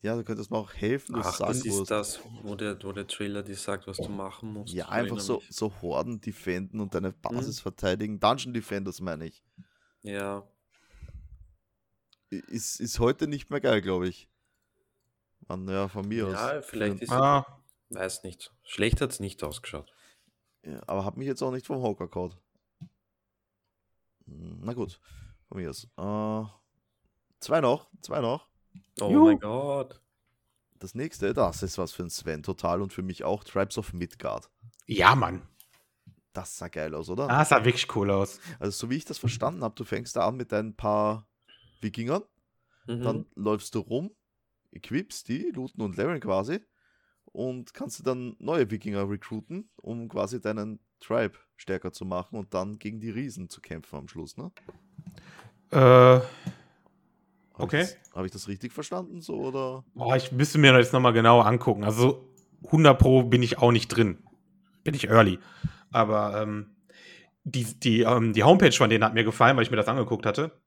[SPEAKER 1] Ja, du könntest mir auch helfen, du
[SPEAKER 2] Ach, das ist
[SPEAKER 1] Sackwurst.
[SPEAKER 2] das, wo der, wo der Trailer dir sagt, was du machen musst.
[SPEAKER 1] Oh. Ja,
[SPEAKER 2] Ich Mhm.
[SPEAKER 1] einfach
[SPEAKER 2] erinnere
[SPEAKER 1] so,
[SPEAKER 2] mich.
[SPEAKER 1] so Horden defenden und deine Basis verteidigen. Dungeon Defenders meine ich.
[SPEAKER 2] Ja,
[SPEAKER 1] I- Ist, ist heute nicht mehr geil, glaube ich. Mann, ja, von mir
[SPEAKER 2] ja
[SPEAKER 1] aus.
[SPEAKER 2] vielleicht ist
[SPEAKER 3] Ah,
[SPEAKER 2] Weiß nicht. Schlecht hat es nicht ausgeschaut.
[SPEAKER 1] Ja, aber hab mich jetzt auch nicht vom Hocker gehauen. Hm, Na gut, von mir aus. Äh, zwei noch, zwei noch.
[SPEAKER 2] Oh
[SPEAKER 3] Juhu.
[SPEAKER 2] mein Gott.
[SPEAKER 1] Das nächste, das ist was für ein Sven total und für mich auch Tribes of Midgard.
[SPEAKER 3] ja, Mann.
[SPEAKER 1] Das sah geil aus, oder?
[SPEAKER 3] Ah, das sah wirklich cool aus.
[SPEAKER 1] Also, so wie ich das verstanden habe, du fängst da an mit ein paar Wikingern,
[SPEAKER 2] Mhm.
[SPEAKER 1] dann läufst du rum, equipst die, looten und leveln quasi und kannst du dann neue Wikinger recruiten, um quasi deinen Tribe stärker zu machen und dann gegen die Riesen zu kämpfen am Schluss, ne?
[SPEAKER 3] Äh,
[SPEAKER 1] Hab
[SPEAKER 3] Okay.
[SPEAKER 1] Habe ich das richtig verstanden so oder?
[SPEAKER 3] boah, ich müsste mir das nochmal genau angucken. Also 100 Pro bin ich auch nicht drin. Bin ich early. Aber ähm, die, die, ähm, die Homepage von denen hat mir gefallen, weil ich mir das angeguckt hatte.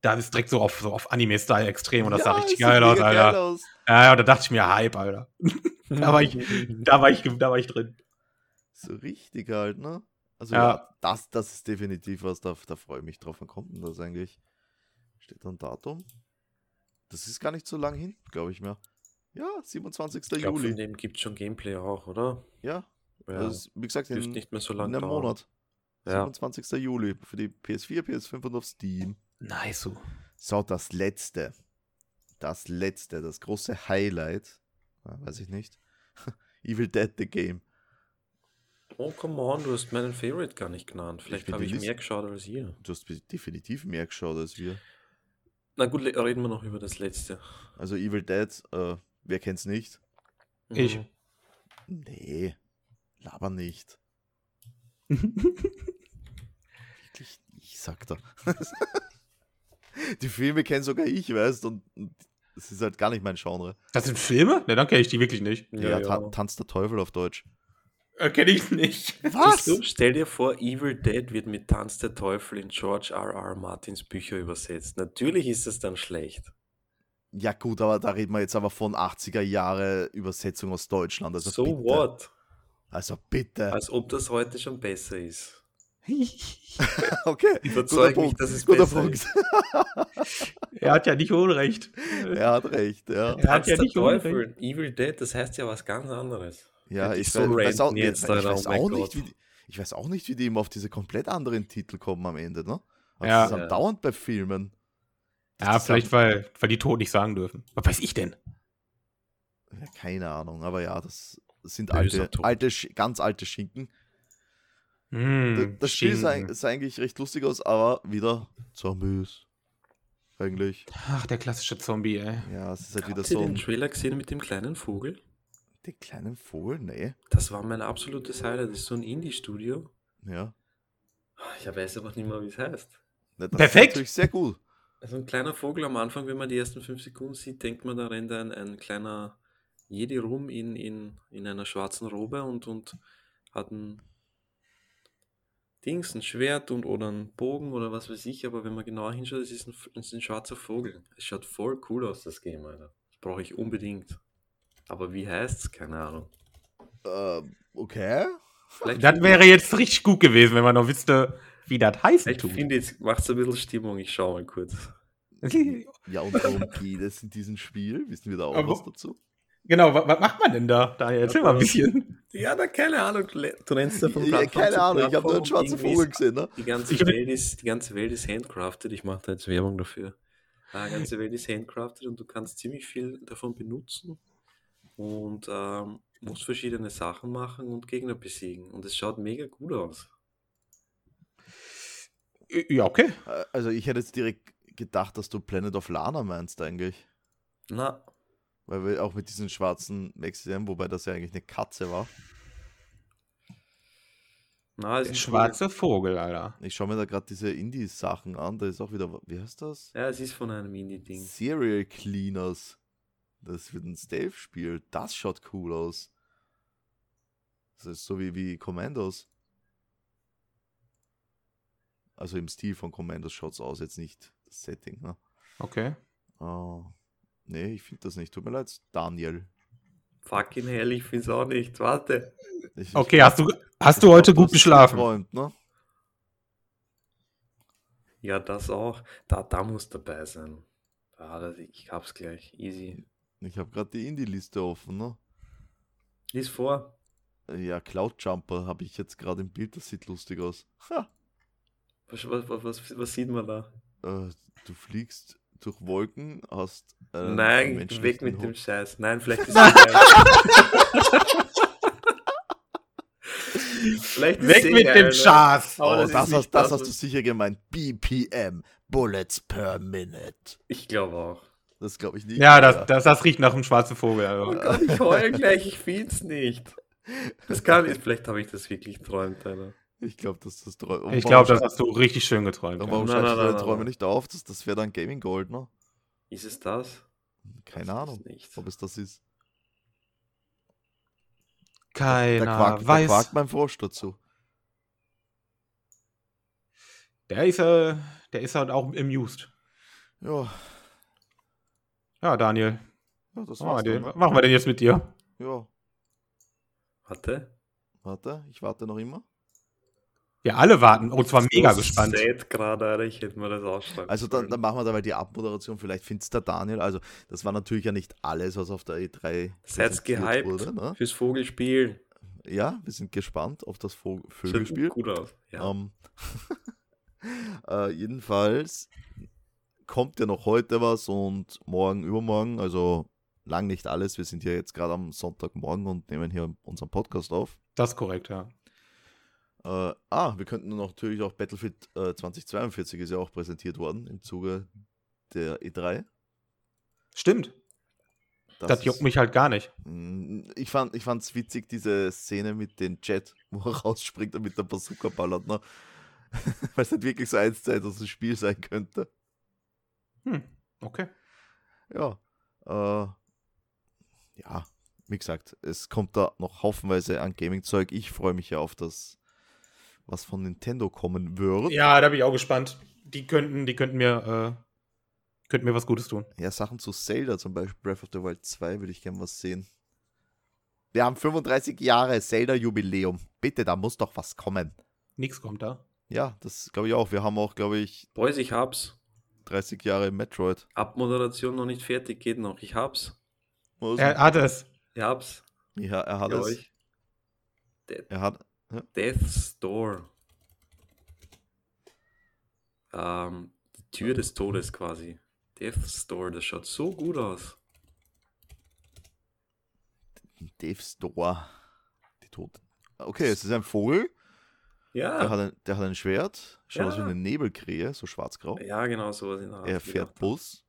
[SPEAKER 3] Da ist direkt so auf, so auf Anime-Style extrem und das sah richtig
[SPEAKER 1] es sieht
[SPEAKER 3] geil aus,
[SPEAKER 1] mega
[SPEAKER 3] Alter.
[SPEAKER 1] geil aus.
[SPEAKER 3] Ja, ja, und da dachte ich mir, Hype, Alter. da, war ich, da, war ich, da war ich drin.
[SPEAKER 1] So richtig halt, ne? Also
[SPEAKER 3] Ja.
[SPEAKER 1] ja, das, das ist definitiv was, da, da freue ich mich drauf. Wann kommt denn das eigentlich? Steht da ein Datum? Das ist gar nicht so lang hin, glaube ich mir. Ja, 27.
[SPEAKER 2] ich glaube, von
[SPEAKER 1] Juli.
[SPEAKER 2] dem gibt es schon Gameplay auch, oder?
[SPEAKER 1] Ja,
[SPEAKER 2] Ja,
[SPEAKER 1] das Also ist, wie gesagt,
[SPEAKER 2] dürfte
[SPEAKER 1] in,
[SPEAKER 2] nicht mehr so
[SPEAKER 1] in
[SPEAKER 2] lange
[SPEAKER 1] einem Monat.
[SPEAKER 2] Ja.
[SPEAKER 1] 27. Juli für die PS4, PS5 und auf Steam.
[SPEAKER 3] Nice. so.
[SPEAKER 1] So, das letzte. Das letzte, das große Highlight. Ah, weiß ich nicht. Evil Dead the Game.
[SPEAKER 2] Oh, come on, du hast meinen Favorite gar nicht genannt. Vielleicht
[SPEAKER 1] bin
[SPEAKER 2] habe
[SPEAKER 1] die
[SPEAKER 2] ich
[SPEAKER 1] Liste-
[SPEAKER 2] mehr geschaut als ihr.
[SPEAKER 1] Du hast definitiv mehr geschaut als wir.
[SPEAKER 2] Na gut, le- reden wir noch über das letzte.
[SPEAKER 1] Also Evil Dead, äh, wer kennt's nicht?
[SPEAKER 2] Mhm.
[SPEAKER 3] Ich.
[SPEAKER 1] Nee, laber nicht. Wirklich, ich sag da. die Filme kenne sogar ich, weißt und und es ist halt gar nicht mein Genre.
[SPEAKER 3] Das sind Filme? Ne, dann kenne ich die wirklich nicht.
[SPEAKER 1] Ja,
[SPEAKER 2] Ja,
[SPEAKER 1] Ta
[SPEAKER 2] ja.
[SPEAKER 1] Tanz der Teufel auf Deutsch.
[SPEAKER 3] Äh, kenne ich nicht.
[SPEAKER 2] Siehst du, stell dir vor, Evil Dead wird mit Tanz der Teufel in George R. R. Martins Bücher übersetzt. Natürlich ist es dann schlecht.
[SPEAKER 1] Ja gut, aber da reden wir jetzt aber von 80er Jahre Übersetzung aus Deutschland. Also
[SPEAKER 2] so
[SPEAKER 1] bitte.
[SPEAKER 2] what?
[SPEAKER 1] Also bitte.
[SPEAKER 2] Als ob das heute schon besser ist.
[SPEAKER 1] okay.
[SPEAKER 2] Überzeug mich, dass es
[SPEAKER 1] Guter
[SPEAKER 2] besser
[SPEAKER 1] Punkt.
[SPEAKER 2] ist.
[SPEAKER 3] er hat ja nicht Unrecht.
[SPEAKER 1] Er hat recht, ja.
[SPEAKER 3] Er hat
[SPEAKER 2] Tanz
[SPEAKER 3] ja
[SPEAKER 2] der
[SPEAKER 3] nicht
[SPEAKER 2] Teufel,
[SPEAKER 3] Unrecht.
[SPEAKER 2] Evil Dead, das heißt ja was ganz anderes.
[SPEAKER 1] Ja,
[SPEAKER 2] Das
[SPEAKER 1] ich
[SPEAKER 2] ist so
[SPEAKER 1] weiß, ich weiß auch,
[SPEAKER 2] ranten jetzt,
[SPEAKER 1] ich weiß
[SPEAKER 2] Alter, oh mein
[SPEAKER 1] auch nicht,
[SPEAKER 2] Gott.
[SPEAKER 1] wie die, ich weiß auch nicht, wie die immer auf diese komplett anderen Titel kommen am Ende, ne? Also
[SPEAKER 3] Ja.
[SPEAKER 1] Das ist
[SPEAKER 2] Ja.
[SPEAKER 1] andauernd bei Filmen.
[SPEAKER 3] Ja,
[SPEAKER 1] Das ist
[SPEAKER 3] vielleicht, weil, weil die Toten nicht sagen dürfen. Was weiß ich denn?
[SPEAKER 1] Ja, keine Ahnung, aber ja, das sind
[SPEAKER 2] Böser
[SPEAKER 1] alte,
[SPEAKER 2] Tod.
[SPEAKER 1] alte, Sch- ganz alte Schinken. D-
[SPEAKER 3] Hm,
[SPEAKER 1] das Spiel sah,
[SPEAKER 3] Schinken.
[SPEAKER 1] sah eigentlich recht lustig aus, aber wieder Zombies. Eigentlich.
[SPEAKER 3] Ach, der klassische Zombie, ey.
[SPEAKER 1] Ja, es ist halt wieder
[SPEAKER 2] Habt ihr
[SPEAKER 1] so
[SPEAKER 2] den
[SPEAKER 1] ein,
[SPEAKER 2] Trailer gesehen mit dem kleinen Vogel?
[SPEAKER 1] den kleinen Vogel, nee.
[SPEAKER 2] Das war mein absolutes Highlight. Das ist so ein Indie-Studio.
[SPEAKER 1] Ja.
[SPEAKER 2] Ich weiß aber nicht mehr, wie es heißt.
[SPEAKER 1] Ne, das
[SPEAKER 3] Perfekt.
[SPEAKER 1] Ist natürlich sehr gut.
[SPEAKER 2] Also ein kleiner Vogel am Anfang, wenn man die ersten fünf Sekunden sieht, denkt man, da rennt ein, ein kleiner Jedi rum in, in, in einer schwarzen Robe und, und hat ein Dings, ein Schwert und oder einen Bogen oder was weiß ich, aber wenn man genauer hinschaut, es ist ein, es ist ein schwarzer Vogel. Es schaut voll cool aus, das Game, Alter. Das brauche ich unbedingt. Aber wie heißt's? Keine Ahnung.
[SPEAKER 1] Ähm, okay.
[SPEAKER 2] Vielleicht
[SPEAKER 3] Das wäre jetzt richtig gut gewesen, wenn man noch wüsste, wie das heißen
[SPEAKER 2] Ich
[SPEAKER 3] tut.
[SPEAKER 2] finde, jetzt macht es ein bisschen Stimmung. Ich schaue mal kurz.
[SPEAKER 1] Ja, und worum geht es in diesem Spiel? Wissen wir da auch
[SPEAKER 3] Aber-
[SPEAKER 1] was dazu?
[SPEAKER 3] Genau, wa- was macht man denn da? Daniel, erzähl mal ein bisschen.
[SPEAKER 2] Ja, na, keine Ahnung. Du nennst davon
[SPEAKER 1] Ja, keine Ahnung, ich habe nur einen schwarzen Vogel gesehen, ne?
[SPEAKER 2] Die ganze,
[SPEAKER 3] Ich hab-
[SPEAKER 2] Welt ist, die ganze Welt ist handcrafted. Ich mache da jetzt Werbung dafür. Ah, Die ganze Welt ist handcrafted und du kannst ziemlich viel davon benutzen und ähm, musst verschiedene Sachen machen und Gegner besiegen. Und es schaut mega gut aus.
[SPEAKER 3] Ja, okay.
[SPEAKER 1] Äh, Also ich hätte jetzt direkt gedacht, dass du Planet of Lana meinst eigentlich.
[SPEAKER 2] Na,
[SPEAKER 1] Weil wir auch mit diesen schwarzen Mexikern, wobei das ja eigentlich eine Katze war.
[SPEAKER 2] na, ist
[SPEAKER 3] Der
[SPEAKER 2] ein
[SPEAKER 3] schwarze Vogel, Alter.
[SPEAKER 1] Ich schaue mir da gerade diese Indie-Sachen an, da ist auch wieder, wie heißt das?
[SPEAKER 2] Vogel. Ja, es ist von einem Indie-Ding.
[SPEAKER 1] Serial Cleaners. Das wird ein Stealth-Spiel. Das schaut cool aus. Das ist so wie, wie Commandos. Also im Stil von Commandos schaut's aus, jetzt nicht das Setting, ne?
[SPEAKER 3] Okay.
[SPEAKER 1] Oh. Nee, ich finde das nicht. Tut mir leid, Daniel.
[SPEAKER 2] Fucking hell, ich find's auch nicht. Warte.
[SPEAKER 1] Ich,
[SPEAKER 3] Okay,
[SPEAKER 1] ich,
[SPEAKER 3] hast du, hast du heute gut geschlafen?
[SPEAKER 1] Geträumt, ne?
[SPEAKER 2] Ja, das auch. Da, da muss dabei sein. Da, das, ich hab's gleich. Easy.
[SPEAKER 1] Ich habe gerade die Indie-Liste offen. Ne?
[SPEAKER 2] Lies vor.
[SPEAKER 1] Ja, Cloud Jumper habe ich jetzt gerade im Bild. Das sieht lustig aus. Ha.
[SPEAKER 2] Was, was, was, was, was sieht man da?
[SPEAKER 1] Äh, du fliegst durch Wolken, hast. äh, einen
[SPEAKER 2] Nein,
[SPEAKER 1] menschlichen
[SPEAKER 2] weg mit dem
[SPEAKER 1] Ho-
[SPEAKER 2] Scheiß. Nein, vielleicht ist sie geil. Vielleicht ist
[SPEAKER 3] Weg
[SPEAKER 2] sie
[SPEAKER 3] mit
[SPEAKER 2] geil,
[SPEAKER 3] dem
[SPEAKER 2] ne?
[SPEAKER 3] Schatz!
[SPEAKER 2] Aber
[SPEAKER 1] Oh, das,
[SPEAKER 2] das ist
[SPEAKER 1] hast,
[SPEAKER 2] nicht
[SPEAKER 1] das,
[SPEAKER 2] das,
[SPEAKER 1] hast du
[SPEAKER 2] was-
[SPEAKER 1] sicher gemeint. BPM, Bullets per Minute.
[SPEAKER 2] Ich glaube auch.
[SPEAKER 1] Das glaube ich nicht.
[SPEAKER 3] Ja, das, das, das riecht nach einem schwarzen Vogel.
[SPEAKER 2] Oh
[SPEAKER 3] Also.
[SPEAKER 2] Gott, ich heul gleich, ich find's nicht. Das kann ich, vielleicht habe ich das wirklich geträumt, Alter.
[SPEAKER 1] Ich glaube, dass das Träume.
[SPEAKER 3] Ich glaube, das hast du richtig schön geträumt.
[SPEAKER 1] Warum
[SPEAKER 3] Ja.
[SPEAKER 1] warum
[SPEAKER 2] Nein,
[SPEAKER 1] schreibst
[SPEAKER 2] nein,
[SPEAKER 1] du deine
[SPEAKER 2] nein,
[SPEAKER 1] Träume
[SPEAKER 2] nein.
[SPEAKER 1] nicht auf? Das, das wäre dann Gaming Gold, ne?
[SPEAKER 2] Ist es das?
[SPEAKER 1] Keine
[SPEAKER 2] das
[SPEAKER 1] Ahnung,
[SPEAKER 2] Ist nicht.
[SPEAKER 1] ob es das ist.
[SPEAKER 3] Keiner
[SPEAKER 1] da quakt, da
[SPEAKER 3] Genau, weiß.
[SPEAKER 1] quakt mein Frosch dazu.
[SPEAKER 3] Der ist, äh, der ist halt auch amused.
[SPEAKER 1] Ja,
[SPEAKER 3] Ja, Daniel.
[SPEAKER 1] ja das war's.
[SPEAKER 3] Machen wir Oh,
[SPEAKER 1] ne?
[SPEAKER 3] den,
[SPEAKER 1] dann,
[SPEAKER 3] machen wir den jetzt mit dir.
[SPEAKER 1] ne? Ja,
[SPEAKER 2] Warte.
[SPEAKER 1] warte, ich warte noch immer.
[SPEAKER 3] Wir alle warten. Und zwar mega
[SPEAKER 2] Das ist
[SPEAKER 3] gespannt.
[SPEAKER 2] sad gerade, Alter. Ich hätte mir das ausschreiben
[SPEAKER 1] Also dann, dann
[SPEAKER 2] sollen.
[SPEAKER 1] machen wir dabei die Abmoderation. Vielleicht findest der Daniel. Also, das war natürlich ja nicht alles, was auf der E3
[SPEAKER 2] Seid's
[SPEAKER 1] präsentiert
[SPEAKER 2] gehypt
[SPEAKER 1] wurde. Ne?
[SPEAKER 2] fürs Vogelspiel.
[SPEAKER 1] Ja, wir sind gespannt auf das Vog-
[SPEAKER 2] Sieht
[SPEAKER 1] Vögelspiel.
[SPEAKER 2] gut aus. Ja.
[SPEAKER 1] Ähm, äh, jedenfalls kommt ja noch heute was und morgen, übermorgen, also lang nicht alles. Wir sind ja jetzt gerade am Sonntagmorgen und nehmen hier unseren Podcast auf.
[SPEAKER 3] Das ist korrekt, ja.
[SPEAKER 1] Äh, ah, wir könnten natürlich auch Battlefield äh, 2042 ist ja auch präsentiert worden im Zuge der E E3.
[SPEAKER 3] Stimmt. Das, juckt
[SPEAKER 1] ist-
[SPEAKER 3] mich halt gar nicht.
[SPEAKER 1] Mm, Ich fand es witzig, diese Szene mit dem Jet, wo er rausspringt und mit der Bazooka ballert. Ne? Weil es halt wirklich so eins zu eins aus dem Spiel sein könnte.
[SPEAKER 3] Hm, okay.
[SPEAKER 1] Ja. Äh, ja, wie gesagt, es kommt da noch haufenweise an Gaming-Zeug. Ich freue mich ja auf das, was von Nintendo kommen wird. Ja.
[SPEAKER 3] Ja, da bin ich auch gespannt. Die könnten, die könnten mir, äh, könnten mir was Gutes tun.
[SPEAKER 1] Sachen zu Zelda, zum Beispiel Breath of the Wild 2, würde ich gern was sehen. Wir haben 35 Jahre Zelda-Jubiläum. Bitte, da muss doch was kommen.
[SPEAKER 3] Nix kommt da.
[SPEAKER 1] Ja, das glaube ich auch. Wir haben auch, glaube ich,
[SPEAKER 2] Boys, ich hab's.
[SPEAKER 1] 30 Jahre Metroid.
[SPEAKER 2] Abmoderation noch nicht fertig, geht noch. Ich hab's.
[SPEAKER 1] Wo ist
[SPEAKER 3] Er hat es.
[SPEAKER 2] Ich hab's.
[SPEAKER 1] er? ja, er hat
[SPEAKER 2] Ja,
[SPEAKER 1] es.
[SPEAKER 2] euch. De
[SPEAKER 1] Er hat.
[SPEAKER 2] Death's Door. Ähm, die Tür des Todes quasi. Death's Door, das schaut so gut aus.
[SPEAKER 1] Dave's Door. Die Tote. Okay, es ist ein Vogel. Der,
[SPEAKER 2] Ja.
[SPEAKER 1] hat ein, der hat ein Schwert. Schaut aus wie
[SPEAKER 2] Ah. Ja.
[SPEAKER 1] eine Nebelkrähe, so schwarzgrau.
[SPEAKER 2] Ja, genau, sowas in der Art.
[SPEAKER 1] Er fährt
[SPEAKER 2] genau.
[SPEAKER 1] Bus.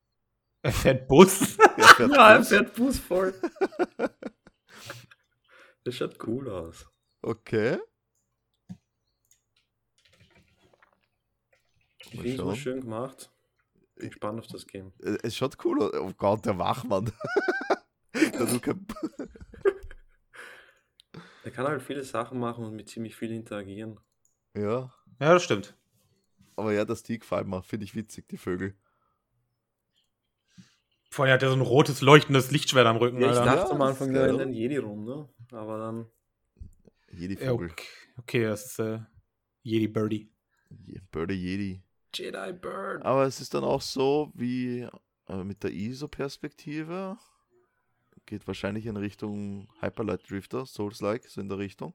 [SPEAKER 3] Er fährt Bus.
[SPEAKER 1] Er fährt
[SPEAKER 2] Ja, er
[SPEAKER 1] Bus.
[SPEAKER 2] fährt Bus voll. das schaut cool aus.
[SPEAKER 1] Okay.
[SPEAKER 2] Ich
[SPEAKER 1] Mal
[SPEAKER 2] finde es mal
[SPEAKER 1] schauen.
[SPEAKER 2] schön gemacht. Bin gespannt auf das Game.
[SPEAKER 1] Äh, Es schaut cool aus. Oh Gott, der Wachmann. der Luca.
[SPEAKER 2] Er kann halt viele Sachen machen und mit ziemlich viel interagieren.
[SPEAKER 1] Ja.
[SPEAKER 3] Ja, das stimmt.
[SPEAKER 1] Aber ja, das die gefallen mir. Finde ich witzig, die Vögel.
[SPEAKER 3] Vorher hat er so ein rotes, leuchtendes Lichtschwert am Rücken.
[SPEAKER 2] Ja, ich
[SPEAKER 3] Alter.
[SPEAKER 1] dachte
[SPEAKER 2] dachte am
[SPEAKER 1] das
[SPEAKER 2] Anfang,
[SPEAKER 1] ist
[SPEAKER 2] da
[SPEAKER 1] geil.
[SPEAKER 2] rennt ein Jedi rum, ne? Aber dann
[SPEAKER 1] Jedi
[SPEAKER 3] Ja,
[SPEAKER 1] Vogel.
[SPEAKER 3] okay. okay, das ist äh, Jedi Birdie.
[SPEAKER 1] Je- Birdie Jedi.
[SPEAKER 2] Jedi Bird.
[SPEAKER 1] Aber es ist dann auch so, wie äh, mit der ISO-Perspektive geht wahrscheinlich in Richtung Hyperlight Drifter, Souls-like, so in der Richtung.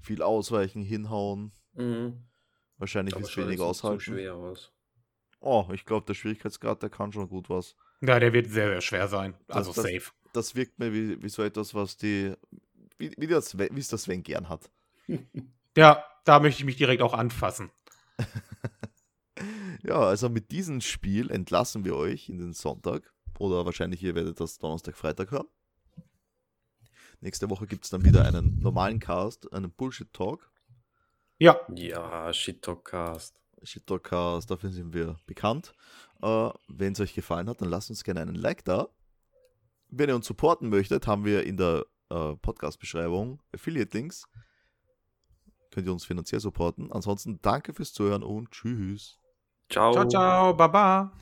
[SPEAKER 1] Viel ausweichen, hinhauen,
[SPEAKER 2] Mhm.
[SPEAKER 1] wahrscheinlich
[SPEAKER 2] Aber
[SPEAKER 1] wird es
[SPEAKER 2] schaut
[SPEAKER 1] wenig
[SPEAKER 2] jetzt nicht
[SPEAKER 1] aushalten.
[SPEAKER 2] So schwer aus.
[SPEAKER 1] Oh, ich glaube, der Schwierigkeitsgrad, der kann schon gut was.
[SPEAKER 3] Ja, der wird sehr, sehr schwer sein. Also
[SPEAKER 1] Das- das-
[SPEAKER 3] safe.
[SPEAKER 1] Das wirkt mir wie, wie so etwas, was die, wie, wie das, wie es der Sven gern hat.
[SPEAKER 3] Ja, da möchte ich mich direkt auch anfassen.
[SPEAKER 1] Ja, also mit diesem Spiel entlassen wir euch in den Sonntag. Oder wahrscheinlich, ihr werdet das Donnerstag, Freitag hören. Nächste Woche gibt es dann wieder einen normalen Cast, einen Bullshit-Talk.
[SPEAKER 3] Ja,
[SPEAKER 2] Ja, Shit Talk Cast.
[SPEAKER 1] Shit-Talk-Cast, dafür sind wir bekannt. Äh, Wenn es euch gefallen hat, dann lasst uns gerne einen Like da. Wenn ihr uns supporten möchtet, haben wir in der äh, Podcast-Beschreibung Affiliate-Links. Könnt ihr uns finanziell supporten. Ansonsten danke fürs Zuhören und tschüss.
[SPEAKER 3] ciao, ciao, baba.